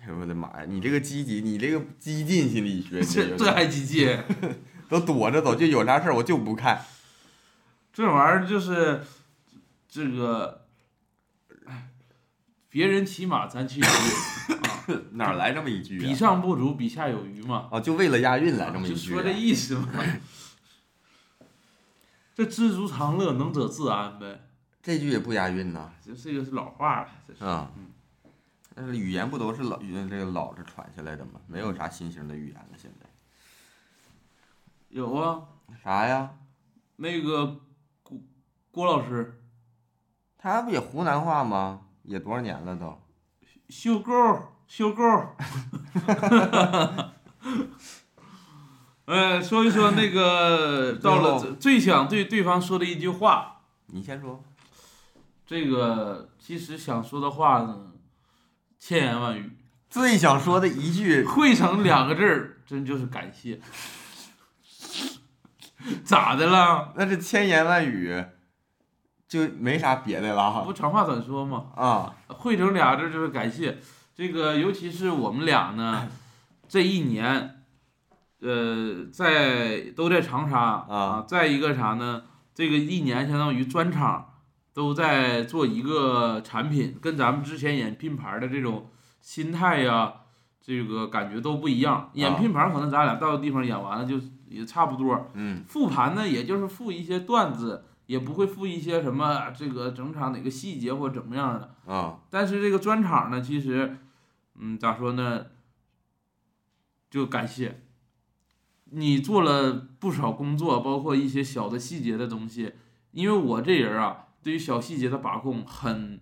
S1: 哎呦我的妈呀，你这个积极，你这个激进心理 学，你
S5: 这
S1: 个
S5: 这还积极？
S1: 都躲着走，就有啥事儿我就不看，
S5: 这玩意儿就是这个，哎，别人骑马咱骑驴，
S1: 哪儿来这么一句
S5: 比
S1: 啊？
S5: 上不足，比下有余嘛。
S1: 啊，就为了押韵来这么一
S5: 就
S1: 句
S5: 说这
S1: 啊，
S5: 意思嘛。这知足常乐，能者自安呗，
S1: 这句也不押韵呐，
S5: 这这个是老话了，这是。
S1: 啊
S5: 嗯。
S1: 但是语言不都是老语这个老着传下来的吗？没有啥新型的语言了，现在
S5: 有啊，
S1: 啥呀？
S5: 那个郭郭老师
S1: 他不也湖南话吗？也多少年了都。
S5: 修够修够， 呃，说一说那个到了最最想对对方说的一句话，
S1: 你先说。
S5: 这个其实想说的话呢，千言万语，
S1: 最想说的一句，
S5: 汇成两个字儿，真就是感谢。 咋的了？
S1: 那是千言万语，就没啥别的了
S5: 不
S1: 哈。
S5: 长话短说吗？
S1: 啊，
S5: 汇成俩字儿就是感谢。这个尤其是我们 俩呢，这一年，呃，在都在长沙
S1: 啊，
S5: 再一个啥呢？这个一年相当于专场都在做一个产品，跟咱们之前演拼盘的这种心态呀、这个感觉都不一样。演
S1: 啊
S5: 拼盘可能咱俩到地方演完了就也差不多，
S1: 嗯
S5: 复盘呢，也就是复一些段子，也不会复一些什么啊这个整场哪个细节或怎么样的。
S1: 啊，
S5: 但是这个专场呢，其实，嗯，咋说呢，就感谢你做了不少工作，包括一些小的细节的东西。因为我这人啊，对于小细节的把控很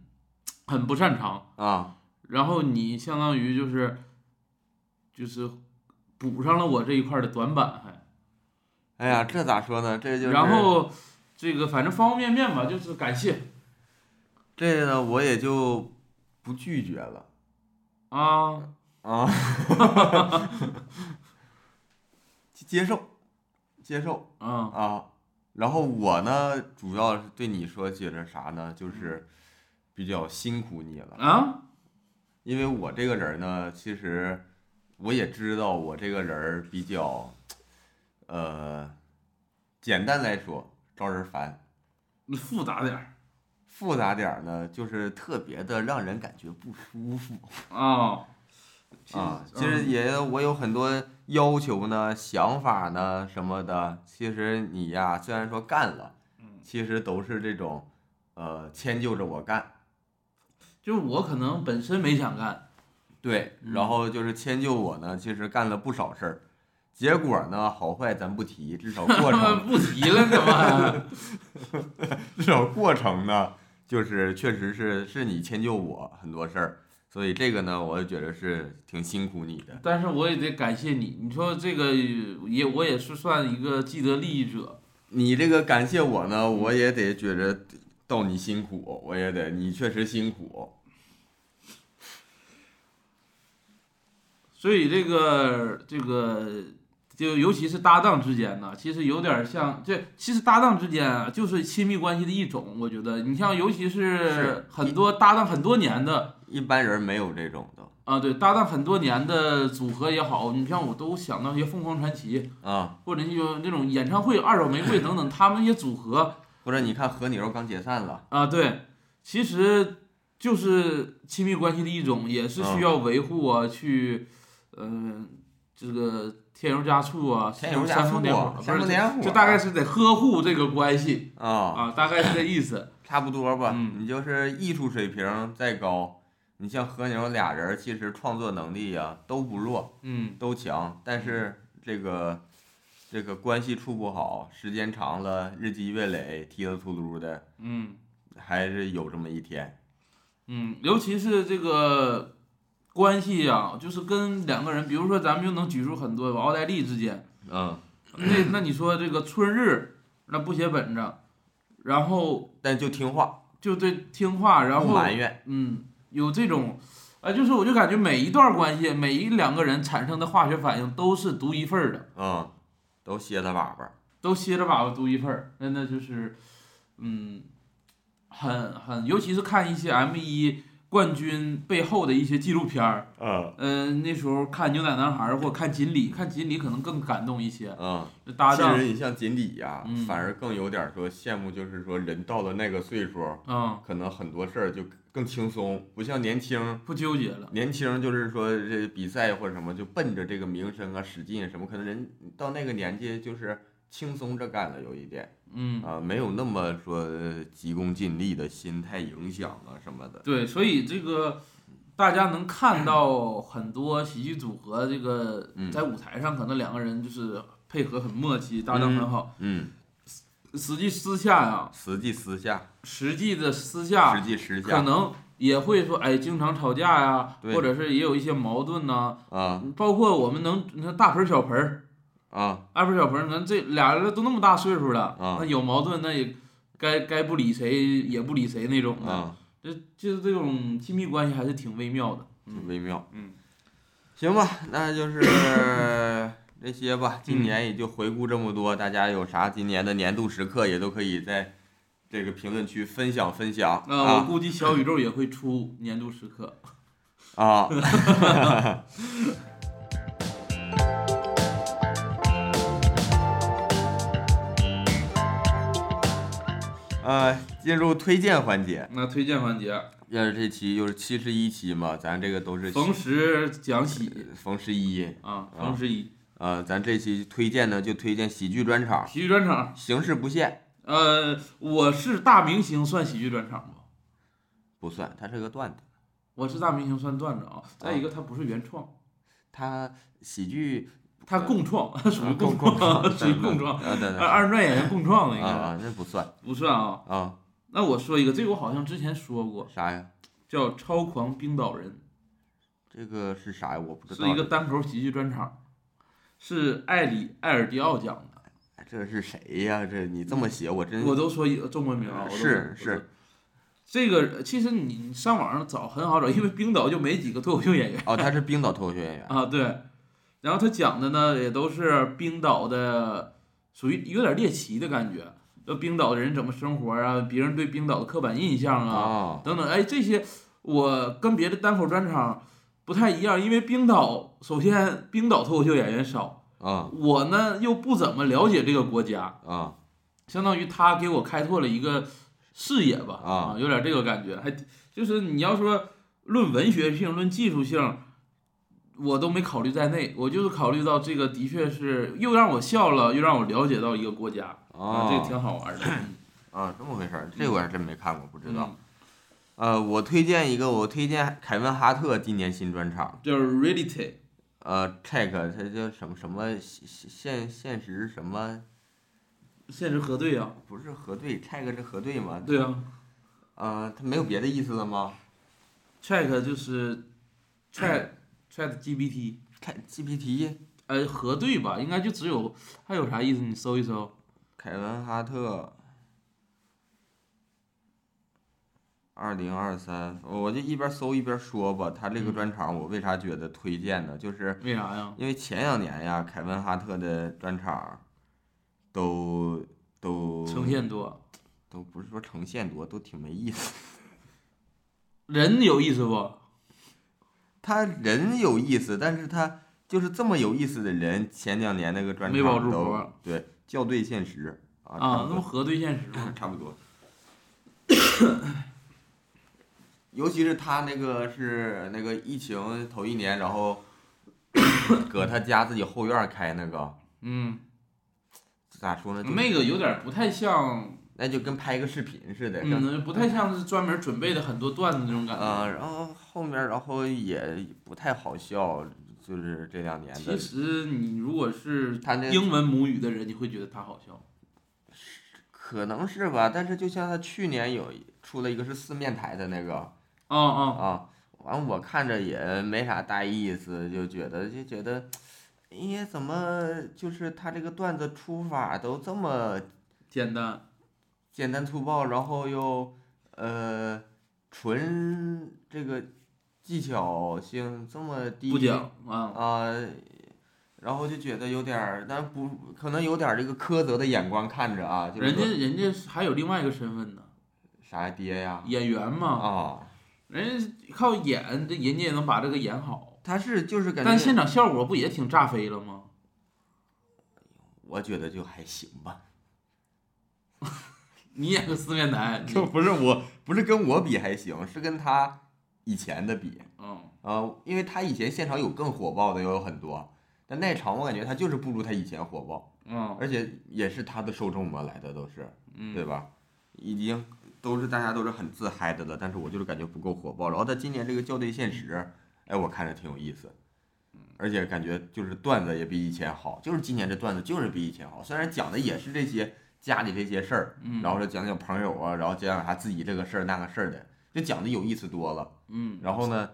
S5: 很不擅长，
S1: 啊，
S5: 然后你相当于就是就是补上了我这一块儿的短板，还。
S1: 哎呀，这咋说呢？这就是
S5: 然后这个反正方方面面吧，就是感谢，
S1: 这个呢，我也就不拒绝了
S5: 啊，
S1: 啊， 接受，接受
S5: 嗯
S1: 啊。然后我呢，主要是对你说觉着啥呢，就是比较辛苦你了，
S5: 啊，
S1: 因为我这个人呢，其实我也知道我这个人儿比较，呃，简单来说招人烦，
S5: 复杂点儿
S1: 复杂点儿呢，就是特别的让人感觉不舒服
S5: 啊
S1: 啊。其实也我有很多要求呢、想法呢什么的。其实你呀，虽然说干了，其实都是这种，呃，迁就着我干，
S5: 就是我可能本身没想干，
S1: 对，嗯然后就是迁就我呢，其实干了不少事儿。结果呢，好坏咱不提，至少过 程，
S5: 不提了，怎么？
S1: 至少过程呢，就是确实是是你迁就我很多事儿，所以这个呢，我就觉得是挺辛苦你的。
S5: 但是我也得感谢你，你说这个也我也是算一个既得利益者，
S1: 你这个感谢我呢，我也得觉着到你辛苦，我也得你确实辛苦。
S5: 所以这个这个就尤其是搭档之间呢，其实有点像这，其实搭档之间啊，就是亲密关系的一种。我觉得你像尤其是
S1: 是
S5: 很多搭档很多年的
S1: 一般人没有这种的
S5: 啊，对搭档很多年的组合也好，你像我都想到一些凤凰传奇，
S1: 啊，
S5: 或者就那种演唱会二手玫瑰等等，他们也组合。
S1: 或者你看和你肉刚解散了，
S5: 啊，对，其实就是亲密关系的一种，也是
S1: 嗯
S5: 需要维护啊，去，嗯、这个添油加醋啊，
S1: 添油加
S5: 煽
S1: 醋
S5: 风点火，
S1: 啊，
S5: 不
S1: 三
S5: 是
S1: 不点火，
S5: 就大概是得呵护这个关系
S1: 啊，
S5: 啊，大概是这意 思。
S1: 差不多吧。
S5: 嗯
S1: 你就是艺术水平再高，你像和牛俩人，其实创作能力呀、都不弱，
S5: 嗯，
S1: 都强，但是这个这个关系处不好，时间长了，日积月累，踢了秃噜的，
S5: 嗯
S1: 还是有这么一天。
S5: 嗯，尤其是这个关系啊，就是跟两个人，比如说咱们就能举出很多吧奥黛丽之间，
S1: 嗯，
S5: 那那你说这个春日那不写本子，然后
S1: 但就听话，
S5: 就对听话，然后
S1: 不埋怨。
S5: 嗯，有这种，哎，就是我就感觉每一段关系，每一两个人产生的化学反应都是独一份儿的，
S1: 嗯，都歇了粑粑。
S5: 都歇着粑粑独一份儿，真的就是，嗯，很很，尤其是看一些 M 一冠军背后的一些纪录片儿，
S1: 嗯
S5: 嗯、那时候看牛奶男孩儿或看锦鲤，看锦鲤可能更感动一些，
S1: 嗯，
S5: 就搭
S1: 其
S5: 档
S1: 实，你像锦鲤呀
S5: 嗯，
S1: 反而更有点说羡慕，就是说人到了那个岁数，
S5: 嗯，
S1: 可能很多事儿就更轻松，不像年轻。
S5: 不纠结了，
S1: 年轻就是说这比赛或者什么，就奔着这个名声啊、使劲什么，可能人到那个年纪就是轻松着干了，有一点
S5: 嗯。
S1: 啊，没有那么说呃急功近利的心态影响啊什么的。
S5: 对，所以这个大家能看到很多喜剧组合，这个
S1: 嗯
S5: 在舞台上可能两个人就是配合很默契，搭档很好。
S1: 嗯，
S5: 实际私下呀、
S1: 实际私下，
S5: 实际的私
S1: 实
S5: 下
S1: 际实
S5: 啊可
S1: 下
S5: 能也会说，哎，经常吵架呀、
S1: 对
S5: 或者是也有一些矛盾呐、
S1: 啊
S5: 包括我们能，你看大盆儿小盆儿，
S1: 啊。
S5: 二盆儿小盆儿，咱这俩人都那么大岁数了，
S1: 啊
S5: 那有矛盾那也该该不理谁也不理谁那种的。
S1: 啊，
S5: 这就是这种亲密关系还是挺微妙的。
S1: 挺微妙。
S5: 嗯，
S1: 行吧，那就是 这些吧。
S5: 嗯
S1: 今年也就回顾这么多，大家有啥今年的年度时刻也都可以在这个评论区分享分享
S5: 那、我
S1: 啊
S5: 估计小宇宙也会出年度时刻。
S1: 啊。 呃，进入推荐环节，
S5: 那推荐环节，
S1: 要是这期又是七十一期嘛，咱这个都是
S5: 逢十讲喜
S1: 逢十一，
S5: 啊，
S1: 啊
S5: 逢十一
S1: 呃，咱这期推荐呢，就推荐喜剧专场，
S5: 喜剧专场。
S1: 形式不限，
S5: 呃，我是大明星算喜剧专场吗？
S1: 不算，它是个段子。
S5: 我是大明星算段子啊。再一个，它不是原创，
S1: 它喜剧呃
S5: 它共创， 属于共
S1: 啊共共
S5: 创，
S1: 创
S5: 属于共创，
S1: 啊，对对
S5: 二二人转演员共创的应
S1: 啊
S5: 该
S1: 啊，那不算
S5: 不算啊。
S1: 啊，
S5: 那我说一个，这个我好像之前说过，
S1: 啥呀？
S5: 叫《超狂冰岛人》。
S1: 这个是啥呀？我不知道。
S5: 是一个单口喜剧专场，是艾里艾尔迪奥讲的。
S1: 哎这是谁呀？这你这么写，我真
S5: 我都说一个中文名啊，我都
S1: 是
S5: 我都
S1: 是
S5: 这个其实你你上网上找很好找，因为冰岛就没几个脱口秀演员
S1: 哦，他是冰岛脱口秀演员，
S5: 啊，对。然后他讲的呢也都是冰岛的，属于有点猎奇的感觉，就冰岛人怎么生活啊，别人对冰岛的刻板印象啊，
S1: 哦，
S5: 等等，哎，这些我跟别的单口专场不太一样，因为冰岛首先冰岛脱口秀演员少，
S1: 啊
S5: 我呢又不怎么了解这个国家，
S1: 啊
S5: 相当于他给我开拓了一个视野吧，
S1: 啊
S5: 啊，有点这个感觉，还就是你要说论文学性、论技术性。我都没考虑在内，我就是考虑到这个的确是又让我笑了，又让我了解到一个国家啊，这个
S1: 啊
S5: 挺好玩的。
S1: 啊，这么回事儿，这我还真没看过，不知道
S5: 嗯。
S1: 呃，我推荐一个，我推荐凯文哈特今年新专场，
S5: 叫 reality
S1: 呃，check 他叫什么什么现现现实什么，
S5: 现实核对啊，
S1: 不是核对，check 是核对吗？
S5: 对啊，
S1: 呃，他没有别的意思了吗
S5: Chat 就是 Chat Chat GPT，
S1: ？Chat GPT，
S5: 呃，核对吧，应该就只有还有啥意思？你搜一搜，
S1: 凯文哈特，二零二三，我就一边搜一边说吧。他这个
S5: 嗯
S1: 专场我为啥觉得推荐呢？就是
S5: 为啥呀？
S1: 因为前两年呀，凯文哈特的专场都都
S5: 呈现多，
S1: 都不是说呈现多，都挺没意思。
S5: 人有意思
S1: 啊
S5: 不？
S1: 他人有意思，但是他就是这么有意思的人，前两年那个专
S5: 没保住
S1: 场
S5: 活
S1: 都
S5: 儿
S1: 对校对现实啊，差
S5: 啊，
S1: 不
S5: 那
S1: 多
S5: 不核对现实吗？
S1: 差不多。尤其是他那个是那个疫情头一年，然后 搁他家自己后院儿开那个，
S5: 嗯，
S1: 咋说呢？就
S5: 那个有点不太像，
S1: 那就跟拍个视频似的，跟
S5: 嗯，不太像是专门准备的很多段子那种感觉。
S1: 啊，然后后面然后也不太好笑，就是这两年
S5: 其
S1: 的
S5: 实你如果是
S1: 他那
S5: 英文母语的人，你会觉得他好笑。
S1: 可能是吧，但是就像他去年有一出了一个是四面台的那个
S5: 啊啊，
S1: 啊，完我看着也没啥大意思，就觉得就觉得，哎呀，怎么就是他这个段子出法都这么
S5: 简单，
S1: 简单粗暴，然后又呃纯这个技巧性这么低，
S5: 不讲啊，
S1: 啊、然后就觉得有点儿，但不可能有点儿这个苛责的眼光看着啊，就是
S5: 人家
S1: 说
S5: 人家还有另外一个身份呢，
S1: 啥爹呀
S5: 演员嘛。
S1: 啊，
S5: 人家靠演，这人家也能把这个演好，
S1: 他是就是感
S5: 但现
S1: 觉，
S5: 场效果不也挺炸飞了吗？
S1: 我觉得就还行 吧，
S5: 你演个四面台，
S1: 就
S5: 你
S1: 不是我不是跟我比还行，是跟他以前的比
S5: 嗯，
S1: 啊、因为他以前现场有更火爆的，又有很多。但那场我感觉他就是不如他以前火爆，
S5: 嗯
S1: 而且也是他的受众嘛来的都是，
S5: 嗯，
S1: 哎对吧？已经都是大家都是很自嗨的了，但是我就是感觉不够火爆。然后他今年这个校对现实，
S5: 嗯
S1: 哎，我看着挺有意思，而且感觉就是段子也比以前好，就是今年这段子就是比以前好。虽然讲的也是这些家里这些事儿，
S5: 嗯，
S1: 然后是讲讲朋友啊，然后讲讲他自己这个事儿那个事儿的，就讲的有意思多了。
S5: 嗯
S1: 然后呢，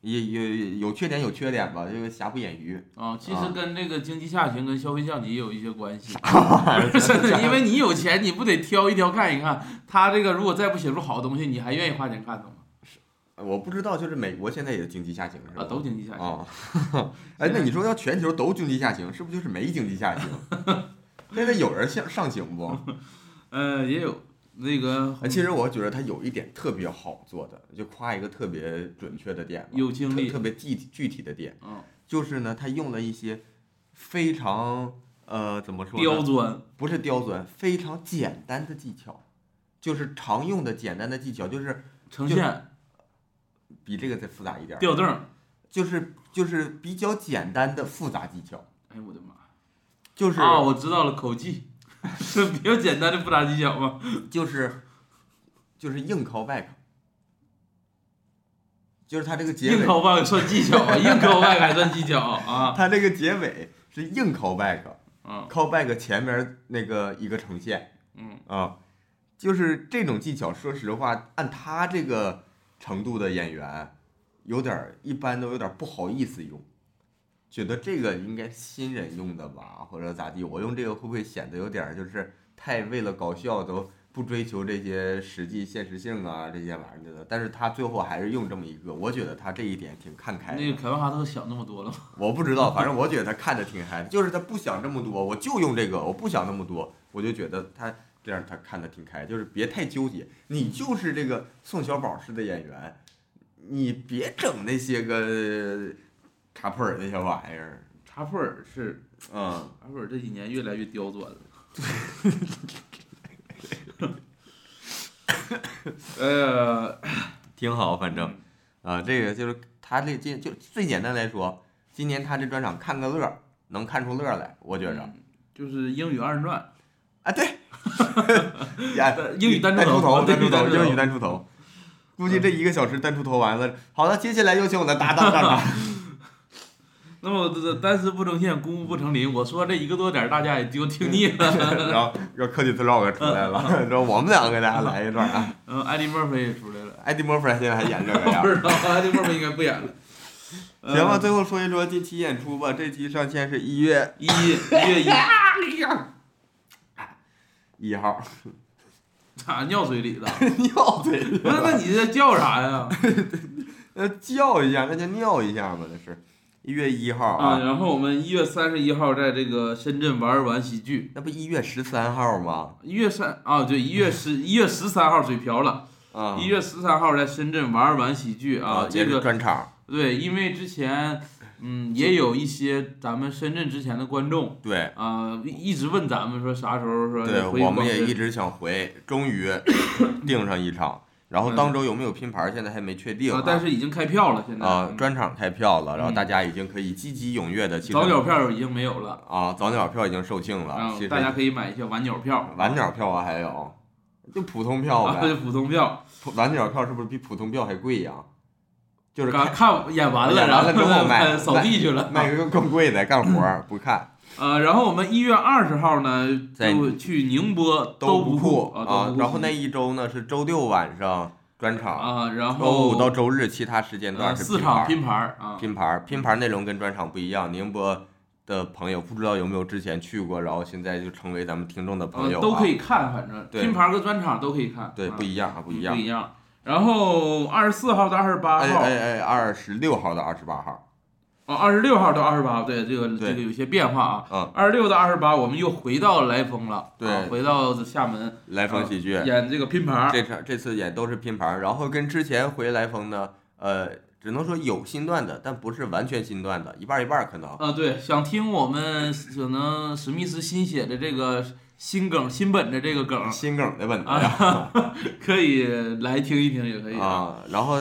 S1: 也也有缺点有缺点吧，这个瑕不掩瑜。
S5: 啊，其
S1: 啊
S5: 实跟这个经济下行跟消费降级有一些关系，
S1: 不
S5: 真的，因为你有钱，你不得挑一挑看一看，他这个如果再不写出好东西，你还愿意花钱看他吗？
S1: 我不知道，就是美国现在也经济下行是吧？
S5: 啊，都经济下行，
S1: 哦， 哎，那你说要全球都经济下行，是不是就是没经济下行？ 现在有人向上行不？
S5: 呃，也有那个
S1: 哎，其实我觉得他有一点特别好做的，就夸一个特别准确的点吧，
S5: 有经
S1: 特
S5: 历
S1: 特，别具体具体的点，
S5: 嗯，
S1: 就是呢，他用了一些非常呃怎么说呢
S5: 刁钻，
S1: 不是刁钻，非常简单的技巧，就是常用的简单的技巧，就是
S5: 呈
S1: 就
S5: 现
S1: 比这个再复杂一点儿，
S5: 吊凳儿，
S1: 就是就是比较简单的复杂技巧，
S5: 哎呦我的妈！
S1: 就是
S5: 啊，我知道了，口技 是比较简单的复杂技巧嘛。
S1: 就是就是硬 call back，就是他这个结
S5: 硬
S1: 尾，
S5: 抠外算技巧啊，硬抠外还算技巧啊
S1: 他这个结尾是硬 call
S5: 啊
S1: back，call back 前面那个一个呈现
S5: 嗯
S1: 啊，就是这种技巧，说实话，按他这个程度的演员，有点儿一般都有点儿不好意思用。觉得这个应该新人用的吧，或者咋地？我用这个会不会显得有点儿就是太为了搞笑都不追求这些实际现实性啊这些玩意儿的，但是他最后还是用这么一个，我觉得他这一点挺看开的。
S5: 那个凯文哈特想那么多了吗？
S1: 我不知道，反正我觉得他看着挺嗨的，就是他不想这么多，我就用这个，我不想那么多，我就觉得他这样他看的挺开，就是别太纠结，你就是这个宋小宝式的演员，你别整那些个茶铺儿那些玩意儿，
S5: 查普尔是
S1: 嗯，
S5: 查普尔这几年越来越刁钻了。呃，
S1: 挺好，反正啊、这个就是他这这就最简单来说，今年他这专场看个乐儿，能看出乐儿来，我觉着，
S5: 嗯就是英语二人转，
S1: 啊，对，呀
S5: 单呃英语单
S1: 出
S5: 出
S1: 头，
S5: 头
S1: 哎单出头，
S5: 对英语单出头
S1: 英语单出头。估计这一个小时单出头完了，好了，接下来有请我的 搭档了。
S5: 那么这这单丝不成线，公务不成林。我说这一个多点儿，大家也就听腻了。
S1: 然后让科技特朗普出来了，然后我们两个给大家来一段啊。
S5: 嗯，艾迪墨菲也出来了，
S1: 艾迪·墨菲现在还演这个呀
S5: 不？知道艾迪墨菲应该不演了。呃
S1: 行吧，，最后说一说这期演出吧。这期上线是一月
S5: 一一月一，
S1: 一号，
S5: 咋尿水 里了？
S1: 尿嘴
S5: 不是，
S1: 了，
S5: 那你这叫啥呀？
S1: 那叫一下，那就尿一下吧，那是。一月一号
S5: 啊，
S1: 啊，
S5: 然后我们一月三十一号在这个深圳玩儿完喜剧，
S1: 那不一月十三号吗？
S5: 一月三啊，对，一月十一月十三号水瓢了，
S1: 啊，
S5: 一月十三号在深圳玩儿完喜剧啊
S1: 啊，，
S5: 这
S1: 也是
S5: 个
S1: 专场，
S5: 对，因为之前嗯也有一些咱们深圳之前的观众
S1: 对，
S5: 啊、一一直问咱们说啥时候说
S1: 对，
S5: 回
S1: 我们也一
S5: 直
S1: 直想回，终 于定上一场。然后当周有没有拼盘儿，现在还没确定、
S5: 嗯啊，但是已经开票了，现在
S1: 啊，
S5: 嗯
S1: 专场开票了，然后
S5: 嗯
S1: 大家已经可以积极踊跃的去
S5: 早鸟票已经没有了
S1: 啊，早鸟票已经售罄了
S5: 啊，，
S1: 其实
S5: 大家可以买一些晚鸟票，
S1: 晚鸟票啊还有，就普通票
S5: 啊，
S1: 呗。
S5: 就普通票，
S1: 普晚鸟票是不是比普通票还贵呀？就是
S5: 刚
S1: 看
S5: 啊看演完了，
S1: 演完了
S5: 然
S1: 之后买
S5: 后 扫地去了，
S1: 卖个更贵的干活儿不看，
S5: 呃，然后我们一月二十号呢，
S1: 在
S5: 就去宁波
S1: 都
S5: 不
S1: 酷
S5: 啊，
S1: 啊
S5: 都。不
S1: 然后那
S5: 酷
S1: 一周呢是周六晚上专场，
S5: 啊，然
S1: 周
S5: 后
S1: 五到周日其他时间
S5: 呃
S1: 段是
S5: 四
S1: 拼盘
S5: 场
S1: 儿
S5: 拼盘儿啊，
S1: 拼盘儿，拼盘儿内容跟专场不一样。宁波的朋友不知道有没有之前去过，然后现在就成为咱们听众的朋
S5: 呃
S1: 友、啊
S5: 都可以看，反正
S1: 对
S5: 拼盘儿和专场都可以看，
S1: 对，
S5: 啊
S1: 不一样啊，不
S5: 不
S1: 一样。
S5: 一样。然后二十四号到二十八
S1: 哎
S5: 号，
S1: 哎哎，二十六号到二十八号，
S5: 哦，二十六号到二十八，对这个
S1: 对
S5: 这个有些变化啊。
S1: 嗯，
S5: 二十六到二十八，我们又回到来风了，
S1: 对
S5: 啊回到厦门
S1: 来风喜剧、
S5: 演这个拼盘儿，
S1: 这场这次演都是拼盘儿，然后跟之前回来风呢，呃，只能说有新段子，但不是完全新段子，一半儿一半儿可能。
S5: 啊，对，想听我们可能史密斯新写的这个新梗、新本的这个梗，
S1: 新梗的啊本子呀
S5: 可以来听一听，也啊可以。
S1: 啊，然后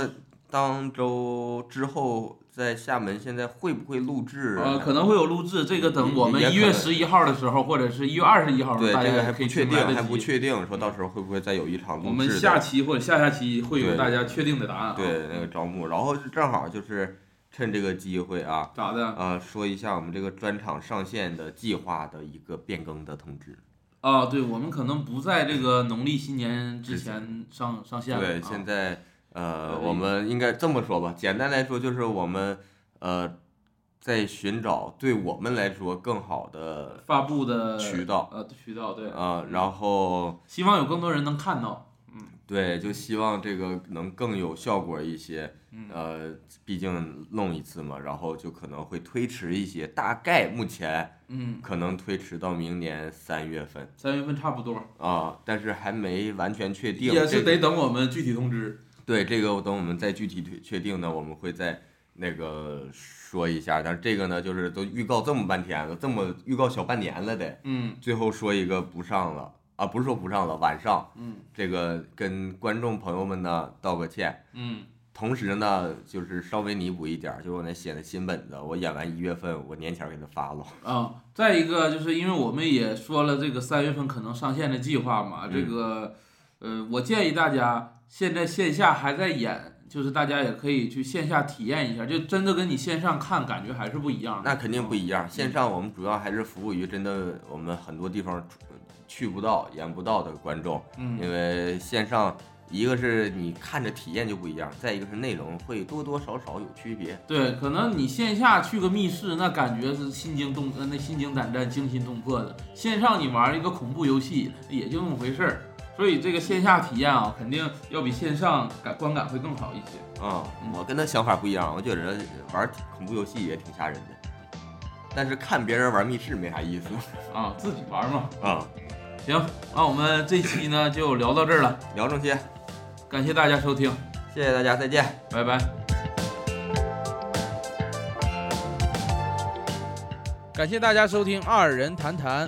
S1: 当周之后在厦门，现在会不会录制？
S5: 呃，可能会有录制，这个等我们
S1: 也可
S5: 一
S1: 能
S5: 月十一号的时候，或者是一月二十一号，
S1: 对，
S5: 大
S1: 这个
S5: 家
S1: 还
S5: 可
S1: 不
S5: 以
S1: 确
S5: 听
S1: 定，
S5: 来得
S1: 还不
S5: 及。
S1: 确定，说到时候会不会再有一场录制的
S5: 我们下期或者下下期会有
S1: 对
S5: 大家确定的答案啊。
S1: 对那个招募，然后是正好就是趁这个机会啊，
S5: 咋的？
S1: 呃，说一下我们这个专场上线的计划的一个变更的通知。
S5: 啊，对，我们可能不在这个农历新年之前上上线了。
S1: 对，
S5: 啊
S1: 现在呃，
S5: 呃
S1: 我们应该这么说吧，简单来说就是我们呃在寻找对我们来说更好的
S5: 发布的
S1: 渠道
S5: 呃，渠道对，
S1: 呃，然后
S5: 希望有更多人能看到。
S1: 对，就希望这个能更有效果一些。
S5: 嗯
S1: 呃，毕竟弄一次嘛，然后就可能会推迟一些，大概目前
S5: 嗯，
S1: 可能推迟到明年三月份
S5: 三月份差不多，
S1: 啊，但是还没完全确定。
S5: 也是
S1: 这个
S5: 得等我们具体通知。
S1: 对这个，等我们再具体确确定呢，我们会再那个说一下。但是这个呢，就是都预告这么半天了，这么预告小半年了得，
S5: 嗯
S1: 最后说一个不上了啊，不是说不上了，晚上
S5: 嗯
S1: 这个跟观众朋友们呢道个歉。
S5: 嗯，
S1: 同时呢，就是稍微弥补一点儿，就是我那写的新本子，我演完一月份，我年前儿给他发了。
S5: 啊，再一个就是因为我们也说了这个三月份可能上线的计划嘛，这
S1: 嗯
S5: 个呃，我建议大家现在线下还在演，就是大家也可以去线下体验一下，就真的跟你线上看感觉还是不一样的。啊
S1: 那肯定不一样，线上我们主要还是服务于真的我们很多地方去不到、演不到的观众，
S5: 嗯，
S1: 因为线上一个是你看着体验就不一样，再一个是内容会多多少少有区别。
S5: 对，可能你线下去个密室，那感觉是心惊动，呃，那心惊胆战、惊心动魄的；线上你玩一个恐怖游戏，也就那么回事儿。所以这个线下体验啊，肯定要比线上感观感会更好一些。
S1: 啊、我跟他想法不一样，我觉得玩恐怖游戏也挺吓人的，但是看别人玩密室没啥意思
S5: 啊，自己玩嘛。
S1: 啊、
S5: 行，那我们这期呢就聊到这儿了，
S1: 聊正些，
S5: 感谢大家收听，
S1: 谢谢大家，再见。
S5: 拜拜。感谢大家收听《二人谈谈》，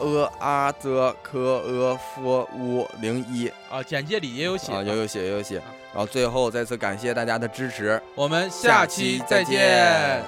S1: 呃啊则科呃夫乌零一
S5: 啊，简介里也有写。
S1: 啊，有有写有有写。然后最后再次感谢大家的支持，
S5: 我们下期再见。